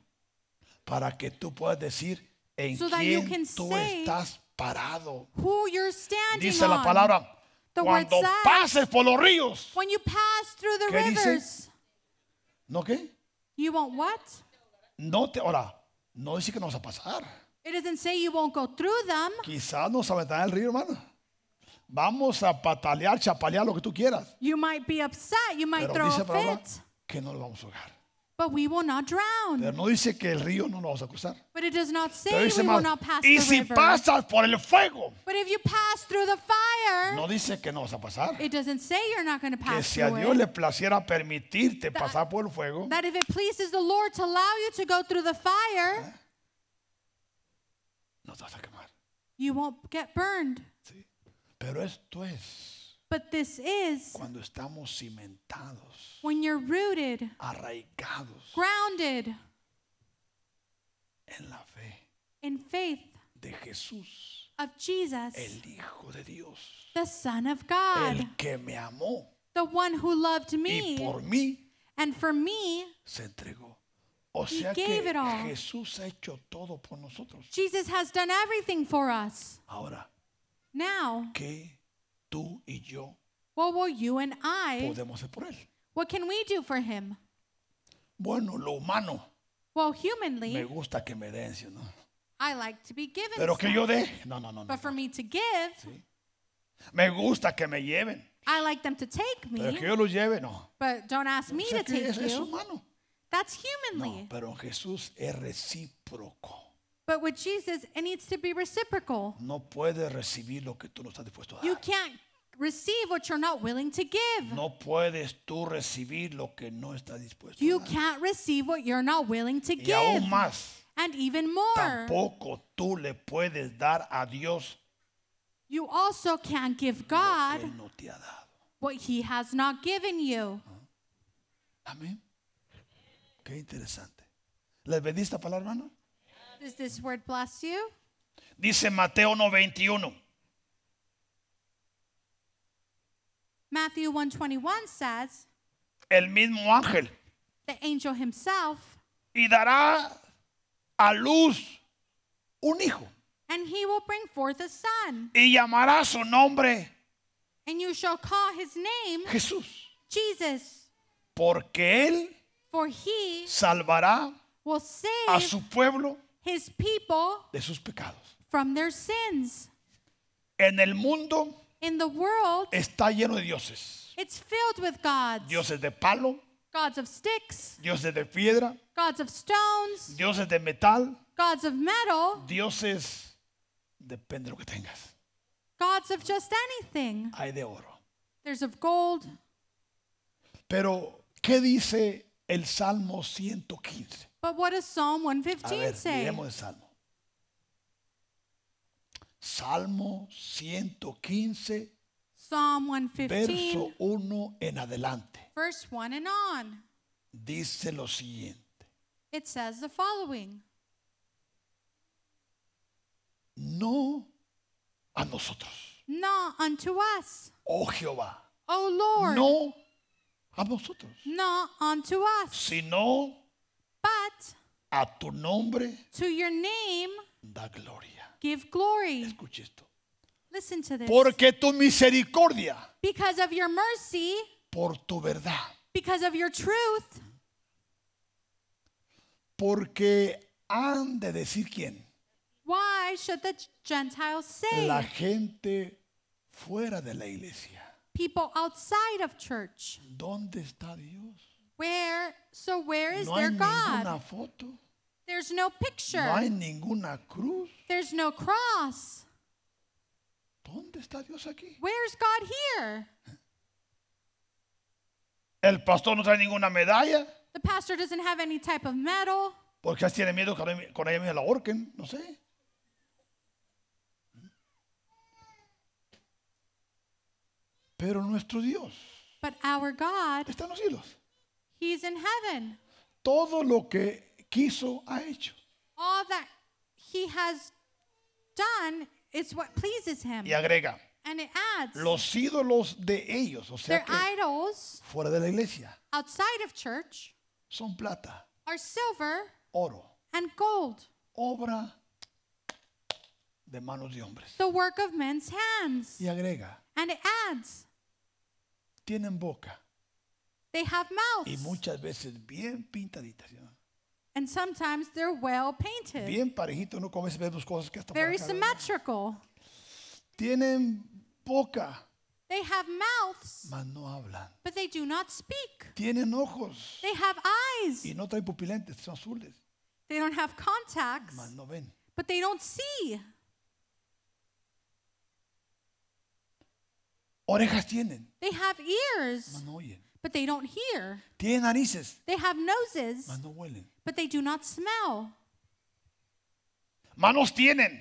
[SPEAKER 1] para que tú puedas decir en
[SPEAKER 2] So that you
[SPEAKER 1] quién
[SPEAKER 2] can
[SPEAKER 1] tú
[SPEAKER 2] say-
[SPEAKER 1] estás parado.
[SPEAKER 2] who you're standing
[SPEAKER 1] Dice la
[SPEAKER 2] on.
[SPEAKER 1] palabra,
[SPEAKER 2] The word
[SPEAKER 1] cuando
[SPEAKER 2] says-
[SPEAKER 1] pases por los ríos,
[SPEAKER 2] When you pass through the
[SPEAKER 1] ¿Qué dice?
[SPEAKER 2] rivers,
[SPEAKER 1] ¿no qué?
[SPEAKER 2] you won't what?
[SPEAKER 1] No te, ahora, no dice que nos va a pasar.
[SPEAKER 2] It doesn't say you won't go through them.
[SPEAKER 1] Quizás nos aventarán el río, hermano. Vamos a patalear, chapalear, lo que tú quieras.
[SPEAKER 2] You might be upset, you might
[SPEAKER 1] Pero
[SPEAKER 2] throw
[SPEAKER 1] dice
[SPEAKER 2] a
[SPEAKER 1] la palabra
[SPEAKER 2] fit,
[SPEAKER 1] que no lo vamos a ahogar.
[SPEAKER 2] but we will not drown.
[SPEAKER 1] Pero no dice que el río no lo vamos a cruzar.
[SPEAKER 2] But it does not
[SPEAKER 1] Pero
[SPEAKER 2] say
[SPEAKER 1] dice
[SPEAKER 2] we
[SPEAKER 1] más,
[SPEAKER 2] will not pass
[SPEAKER 1] y
[SPEAKER 2] the
[SPEAKER 1] si
[SPEAKER 2] river.
[SPEAKER 1] pasas por el fuego,
[SPEAKER 2] But if you pass through the fire,
[SPEAKER 1] no dice que no vas a pasar.
[SPEAKER 2] it doesn't say you're not going to
[SPEAKER 1] Que
[SPEAKER 2] pass
[SPEAKER 1] si a
[SPEAKER 2] through
[SPEAKER 1] Dios
[SPEAKER 2] it.
[SPEAKER 1] le placiera permitirte pasar por el fuego,
[SPEAKER 2] That if it pleases the Lord to allow you to go through the
[SPEAKER 1] Eh?
[SPEAKER 2] fire,
[SPEAKER 1] no te vas a quemar.
[SPEAKER 2] you won't get burned.
[SPEAKER 1] ¿sí? Pero esto es
[SPEAKER 2] But this is
[SPEAKER 1] cuando estamos cimentados,
[SPEAKER 2] when you're rooted,
[SPEAKER 1] arraigados
[SPEAKER 2] grounded
[SPEAKER 1] en la fe
[SPEAKER 2] in faith
[SPEAKER 1] de Jesús.
[SPEAKER 2] of Jesus,
[SPEAKER 1] el Hijo de Dios,
[SPEAKER 2] the Son of God,
[SPEAKER 1] el que me amó
[SPEAKER 2] the one who loved
[SPEAKER 1] y
[SPEAKER 2] me
[SPEAKER 1] por mí
[SPEAKER 2] and for me.
[SPEAKER 1] se entregó. O sea que
[SPEAKER 2] gave it all.
[SPEAKER 1] Jesús ha hecho todo por nosotros.
[SPEAKER 2] Jesus has done everything for us.
[SPEAKER 1] Ahora,
[SPEAKER 2] Now,
[SPEAKER 1] ¿qué tú y yo
[SPEAKER 2] what will you and I,
[SPEAKER 1] podemos hacer por Él?
[SPEAKER 2] what can we do for him?
[SPEAKER 1] Bueno, lo humano,
[SPEAKER 2] Well,
[SPEAKER 1] me
[SPEAKER 2] humanly,
[SPEAKER 1] gusta que me den, ¿sí o ¿no?
[SPEAKER 2] I like to be given
[SPEAKER 1] Pero que yo
[SPEAKER 2] stuff.
[SPEAKER 1] dé, no, no, no, no.
[SPEAKER 2] But for me to give,
[SPEAKER 1] Me gusta que me lleven,
[SPEAKER 2] I like them to take
[SPEAKER 1] pero
[SPEAKER 2] me,
[SPEAKER 1] que yo lo lleve, no.
[SPEAKER 2] but don't ask
[SPEAKER 1] O
[SPEAKER 2] me
[SPEAKER 1] sea
[SPEAKER 2] to
[SPEAKER 1] que
[SPEAKER 2] take
[SPEAKER 1] es, es
[SPEAKER 2] you.
[SPEAKER 1] humano.
[SPEAKER 2] That's
[SPEAKER 1] No,
[SPEAKER 2] humanly.
[SPEAKER 1] pero en Jesús es recíproco.
[SPEAKER 2] But with Jesus, it needs to be reciprocal.
[SPEAKER 1] No puedes recibir lo que tú no estás dispuesto a dar.
[SPEAKER 2] You can't receive what you're not willing to give.
[SPEAKER 1] No puedes tú recibir lo que no estás dispuesto.
[SPEAKER 2] You
[SPEAKER 1] a dar.
[SPEAKER 2] can't receive what you're not willing to
[SPEAKER 1] Y aún
[SPEAKER 2] give.
[SPEAKER 1] más,
[SPEAKER 2] And even more,
[SPEAKER 1] tampoco tú le puedes dar a Dios
[SPEAKER 2] you also can't give
[SPEAKER 1] lo
[SPEAKER 2] God
[SPEAKER 1] que Él no te ha dado.
[SPEAKER 2] what He has not given you.
[SPEAKER 1] Amén. Qué interesante. ¿Les bendice esta palabra, hermano?
[SPEAKER 2] Does this word bless you?
[SPEAKER 1] Dice Mateo 1.21.
[SPEAKER 2] Matthew 121 says,
[SPEAKER 1] El mismo ángel.
[SPEAKER 2] the angel himself,
[SPEAKER 1] Y dará a luz un hijo.
[SPEAKER 2] and he will bring forth a son,
[SPEAKER 1] Y llamará su nombre
[SPEAKER 2] and you shall call his name
[SPEAKER 1] Jesús.
[SPEAKER 2] Jesus,
[SPEAKER 1] Porque él
[SPEAKER 2] for he
[SPEAKER 1] salvará
[SPEAKER 2] will
[SPEAKER 1] a
[SPEAKER 2] save
[SPEAKER 1] su pueblo
[SPEAKER 2] his people
[SPEAKER 1] de sus pecados.
[SPEAKER 2] from their sins.
[SPEAKER 1] En el mundo
[SPEAKER 2] In the world,
[SPEAKER 1] está lleno de dioses.
[SPEAKER 2] it's filled with gods
[SPEAKER 1] Dioses de palo,
[SPEAKER 2] gods of sticks,
[SPEAKER 1] dioses de piedra,
[SPEAKER 2] gods of stones,
[SPEAKER 1] dioses de metal,
[SPEAKER 2] gods of metal,
[SPEAKER 1] dioses, depende de lo que tengas.
[SPEAKER 2] gods of just anything.
[SPEAKER 1] hay de oro.
[SPEAKER 2] There's of gold.
[SPEAKER 1] Pero, ¿qué dice el Salmo 115?
[SPEAKER 2] But what does Psalm
[SPEAKER 1] A
[SPEAKER 2] 115
[SPEAKER 1] ver,
[SPEAKER 2] say?
[SPEAKER 1] miremos el Salmo. Salmo 115,
[SPEAKER 2] Psalm 115,
[SPEAKER 1] verso 1 en adelante.
[SPEAKER 2] verse 1 and on.
[SPEAKER 1] Dice lo siguiente.
[SPEAKER 2] It says the following
[SPEAKER 1] No a nosotros,
[SPEAKER 2] Not unto us,
[SPEAKER 1] oh Jehová.
[SPEAKER 2] O Lord,
[SPEAKER 1] No a nosotros,
[SPEAKER 2] not unto us,
[SPEAKER 1] sino
[SPEAKER 2] but
[SPEAKER 1] a tu nombre
[SPEAKER 2] to your name
[SPEAKER 1] da gloria.
[SPEAKER 2] give glory.
[SPEAKER 1] Escuche esto.
[SPEAKER 2] Listen to this.
[SPEAKER 1] Porque tu misericordia,
[SPEAKER 2] Because of your mercy,
[SPEAKER 1] por tu verdad,
[SPEAKER 2] because of your truth,
[SPEAKER 1] porque han de decir quién,
[SPEAKER 2] why should the Gentiles say,
[SPEAKER 1] la gente fuera de la iglesia.
[SPEAKER 2] people outside of church?
[SPEAKER 1] ¿Dónde está Dios?
[SPEAKER 2] Where, so where is
[SPEAKER 1] No hay
[SPEAKER 2] their God?
[SPEAKER 1] ninguna foto,
[SPEAKER 2] There's no picture,
[SPEAKER 1] no hay ninguna cruz.
[SPEAKER 2] there's no cross.
[SPEAKER 1] ¿Dónde está Dios aquí?
[SPEAKER 2] Where's God here?
[SPEAKER 1] El pastor no trae ninguna medalla,
[SPEAKER 2] The pastor doesn't have any type of medal.
[SPEAKER 1] porque así tiene miedo que con ella misma la ahorquen, no sé. Pero nuestro Dios
[SPEAKER 2] But our God,
[SPEAKER 1] está en los cielos.
[SPEAKER 2] He's in heaven.
[SPEAKER 1] Todo lo que quiso ha hecho.
[SPEAKER 2] All that He has done is what pleases Him.
[SPEAKER 1] Y agrega,
[SPEAKER 2] And it adds
[SPEAKER 1] los ídolos de ellos, o sea
[SPEAKER 2] their
[SPEAKER 1] que
[SPEAKER 2] idols
[SPEAKER 1] fuera de la iglesia,
[SPEAKER 2] outside of church
[SPEAKER 1] son plata,
[SPEAKER 2] are silver
[SPEAKER 1] oro,
[SPEAKER 2] and gold,
[SPEAKER 1] obra de manos de hombres.
[SPEAKER 2] the work of men's hands.
[SPEAKER 1] Y agrega,
[SPEAKER 2] And it adds
[SPEAKER 1] tienen boca
[SPEAKER 2] they have
[SPEAKER 1] y
[SPEAKER 2] mouths.
[SPEAKER 1] muchas veces bien pintaditas. ¿sí?
[SPEAKER 2] And sometimes they're well painted,
[SPEAKER 1] Bien parejitos, ¿no? Como a veces vemos cosas que hasta por
[SPEAKER 2] very
[SPEAKER 1] acá, ¿verdad?
[SPEAKER 2] symmetrical.
[SPEAKER 1] Tienen boca,
[SPEAKER 2] They have mouths,
[SPEAKER 1] mas no hablan.
[SPEAKER 2] but they do not speak.
[SPEAKER 1] Tienen ojos
[SPEAKER 2] They have eyes.
[SPEAKER 1] y no traen pupilentes, son azules,
[SPEAKER 2] They don't have contacts,
[SPEAKER 1] mas no ven.
[SPEAKER 2] but they don't see.
[SPEAKER 1] Orejas tienen,
[SPEAKER 2] They have
[SPEAKER 1] mas
[SPEAKER 2] ears,
[SPEAKER 1] no oyen.
[SPEAKER 2] but they don't hear.
[SPEAKER 1] Tienen narices,
[SPEAKER 2] They have noses,
[SPEAKER 1] mas no huelen.
[SPEAKER 2] but they do not smell.
[SPEAKER 1] Manos tienen,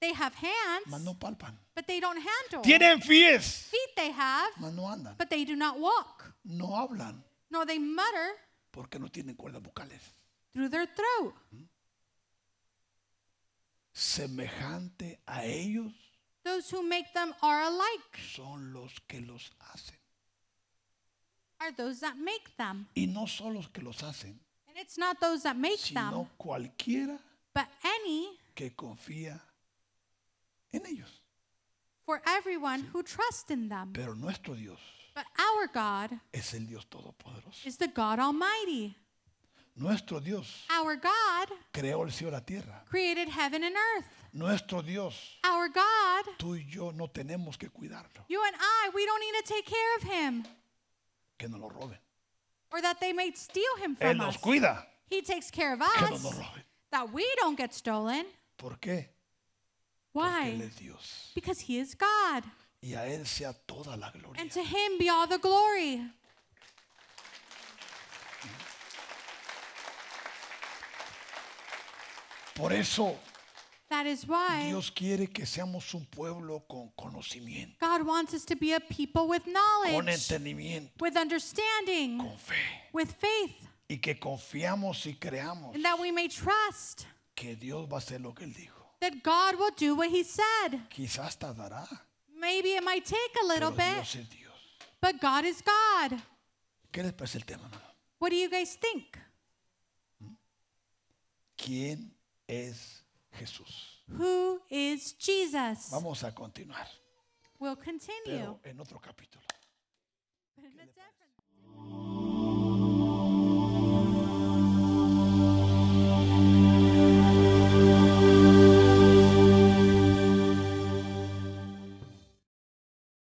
[SPEAKER 2] They have
[SPEAKER 1] mas
[SPEAKER 2] hands,
[SPEAKER 1] no palpan.
[SPEAKER 2] but they don't handle.
[SPEAKER 1] Tienen pies,
[SPEAKER 2] Feet they have,
[SPEAKER 1] mas no andan.
[SPEAKER 2] but they do not walk,
[SPEAKER 1] No hablan
[SPEAKER 2] nor they mutter
[SPEAKER 1] porque no tienen cuerdas vocales.
[SPEAKER 2] through their throat.
[SPEAKER 1] Semejante a ellos
[SPEAKER 2] Those who make them are alike
[SPEAKER 1] son los que los hacen.
[SPEAKER 2] are those that make them.
[SPEAKER 1] Y no son los que los hacen,
[SPEAKER 2] And it's not those that make them,
[SPEAKER 1] sino cualquiera
[SPEAKER 2] but any
[SPEAKER 1] que confía en ellos.
[SPEAKER 2] for everyone who trusts in them.
[SPEAKER 1] Pero nuestro Dios
[SPEAKER 2] But our God
[SPEAKER 1] es el Dios Todopoderoso.
[SPEAKER 2] is the God Almighty.
[SPEAKER 1] Nuestro Dios
[SPEAKER 2] Our God
[SPEAKER 1] creó el cielo y la tierra.
[SPEAKER 2] created heaven and earth.
[SPEAKER 1] Nuestro Dios,
[SPEAKER 2] Our God,
[SPEAKER 1] tú y yo no tenemos que cuidarlo,
[SPEAKER 2] you and I, we don't need to take care of him
[SPEAKER 1] que nos lo roben.
[SPEAKER 2] or that they may steal him
[SPEAKER 1] Él
[SPEAKER 2] from
[SPEAKER 1] nos
[SPEAKER 2] us.
[SPEAKER 1] cuida,
[SPEAKER 2] He takes care of
[SPEAKER 1] que no nos
[SPEAKER 2] us
[SPEAKER 1] roben.
[SPEAKER 2] that we don't get stolen.
[SPEAKER 1] ¿Por qué? Porque Él
[SPEAKER 2] Why?
[SPEAKER 1] es Dios.
[SPEAKER 2] Because he is God.
[SPEAKER 1] Y a Él sea toda la gloria.
[SPEAKER 2] And to him be all the glory.
[SPEAKER 1] Por eso
[SPEAKER 2] That is why
[SPEAKER 1] Dios quiere que seamos un pueblo con conocimiento,
[SPEAKER 2] God wants us to be a people with
[SPEAKER 1] con
[SPEAKER 2] knowledge,
[SPEAKER 1] entendimiento,
[SPEAKER 2] with understanding,
[SPEAKER 1] con fe.
[SPEAKER 2] with faith,
[SPEAKER 1] Y que confiamos y creamos
[SPEAKER 2] and that we may trust
[SPEAKER 1] que Dios va a hacer lo que Él dijo.
[SPEAKER 2] that God will do what he said.
[SPEAKER 1] Quizás tardará,
[SPEAKER 2] Maybe it might take a
[SPEAKER 1] pero
[SPEAKER 2] little bit,
[SPEAKER 1] Dios es Dios.
[SPEAKER 2] but God is God.
[SPEAKER 1] ¿Qué les parece el tema, hermano?
[SPEAKER 2] What do you guys think?
[SPEAKER 1] ¿Quién es Jesús?
[SPEAKER 2] Who is Jesus?
[SPEAKER 1] Vamos a continuar,
[SPEAKER 2] We'll continue.
[SPEAKER 1] pero en otro capítulo.
[SPEAKER 2] But in a different-